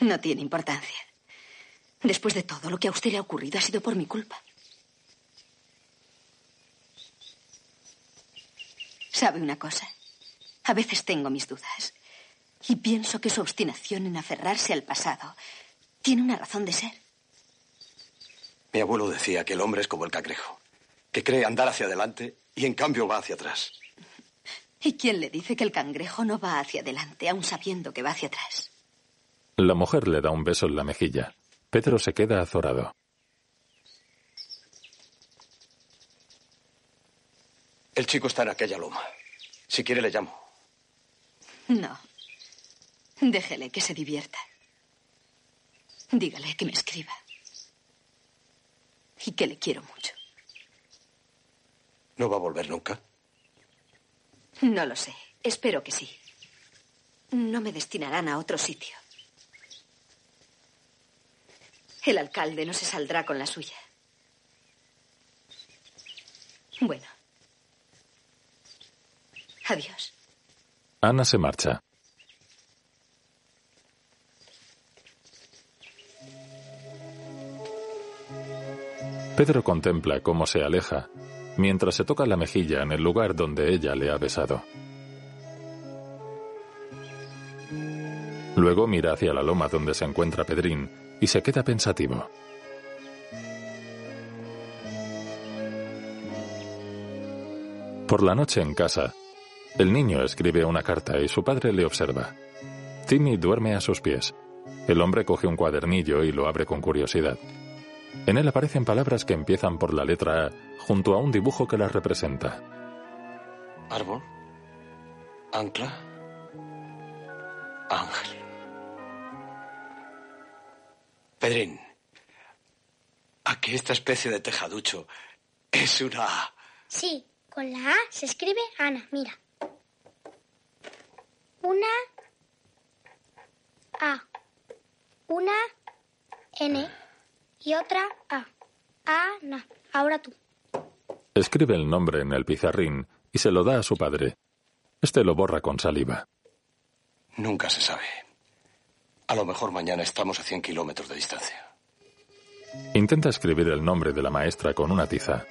No tiene importancia. Después de todo lo que a usted le ha ocurrido ha sido por mi culpa. ¿Sabe una cosa? A veces tengo mis dudas. Y pienso que su obstinación en aferrarse al pasado tiene una razón de ser.
Mi abuelo decía que el hombre es como el cangrejo, que cree andar hacia adelante y en cambio va hacia atrás.
¿Y quién le dice que el cangrejo no va hacia adelante, aun sabiendo que va hacia atrás?
La mujer le da un beso en la mejilla. Pedro se queda azorado.
El chico está en aquella loma. Si quiere le llamo.
No. Déjele que se divierta. Dígale que me escriba. Y que le quiero mucho.
¿No va a volver nunca?
No lo sé. Espero que sí. No me destinarán a otro sitio. El alcalde no se saldrá con la suya. Bueno. Adiós.
Ana se marcha. Pedro contempla cómo se aleja mientras se toca la mejilla en el lugar donde ella le ha besado. Luego mira hacia la loma donde se encuentra Pedrín y se queda pensativo. Por la noche en casa, el niño escribe una carta y su padre le observa. Timmy duerme a sus pies. El hombre coge un cuadernillo y lo abre con curiosidad. En él aparecen palabras que empiezan por la letra A junto a un dibujo que las representa.
Árbol. Ancla. Ángel. Pedrín, ¿a que esta especie de tejaducho es una...
Sí, con la A se escribe Ana, mira. Una A. Una N y otra A. Ana. Ahora tú.
Escribe el nombre en el pizarrín y se lo da a su padre. Este lo borra con saliva.
Nunca se sabe. A lo mejor mañana estamos a 100 kilómetros de distancia.
Intenta escribir el nombre de la maestra con una tiza.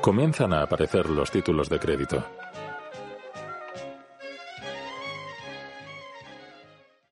Comienzan a aparecer los títulos de crédito.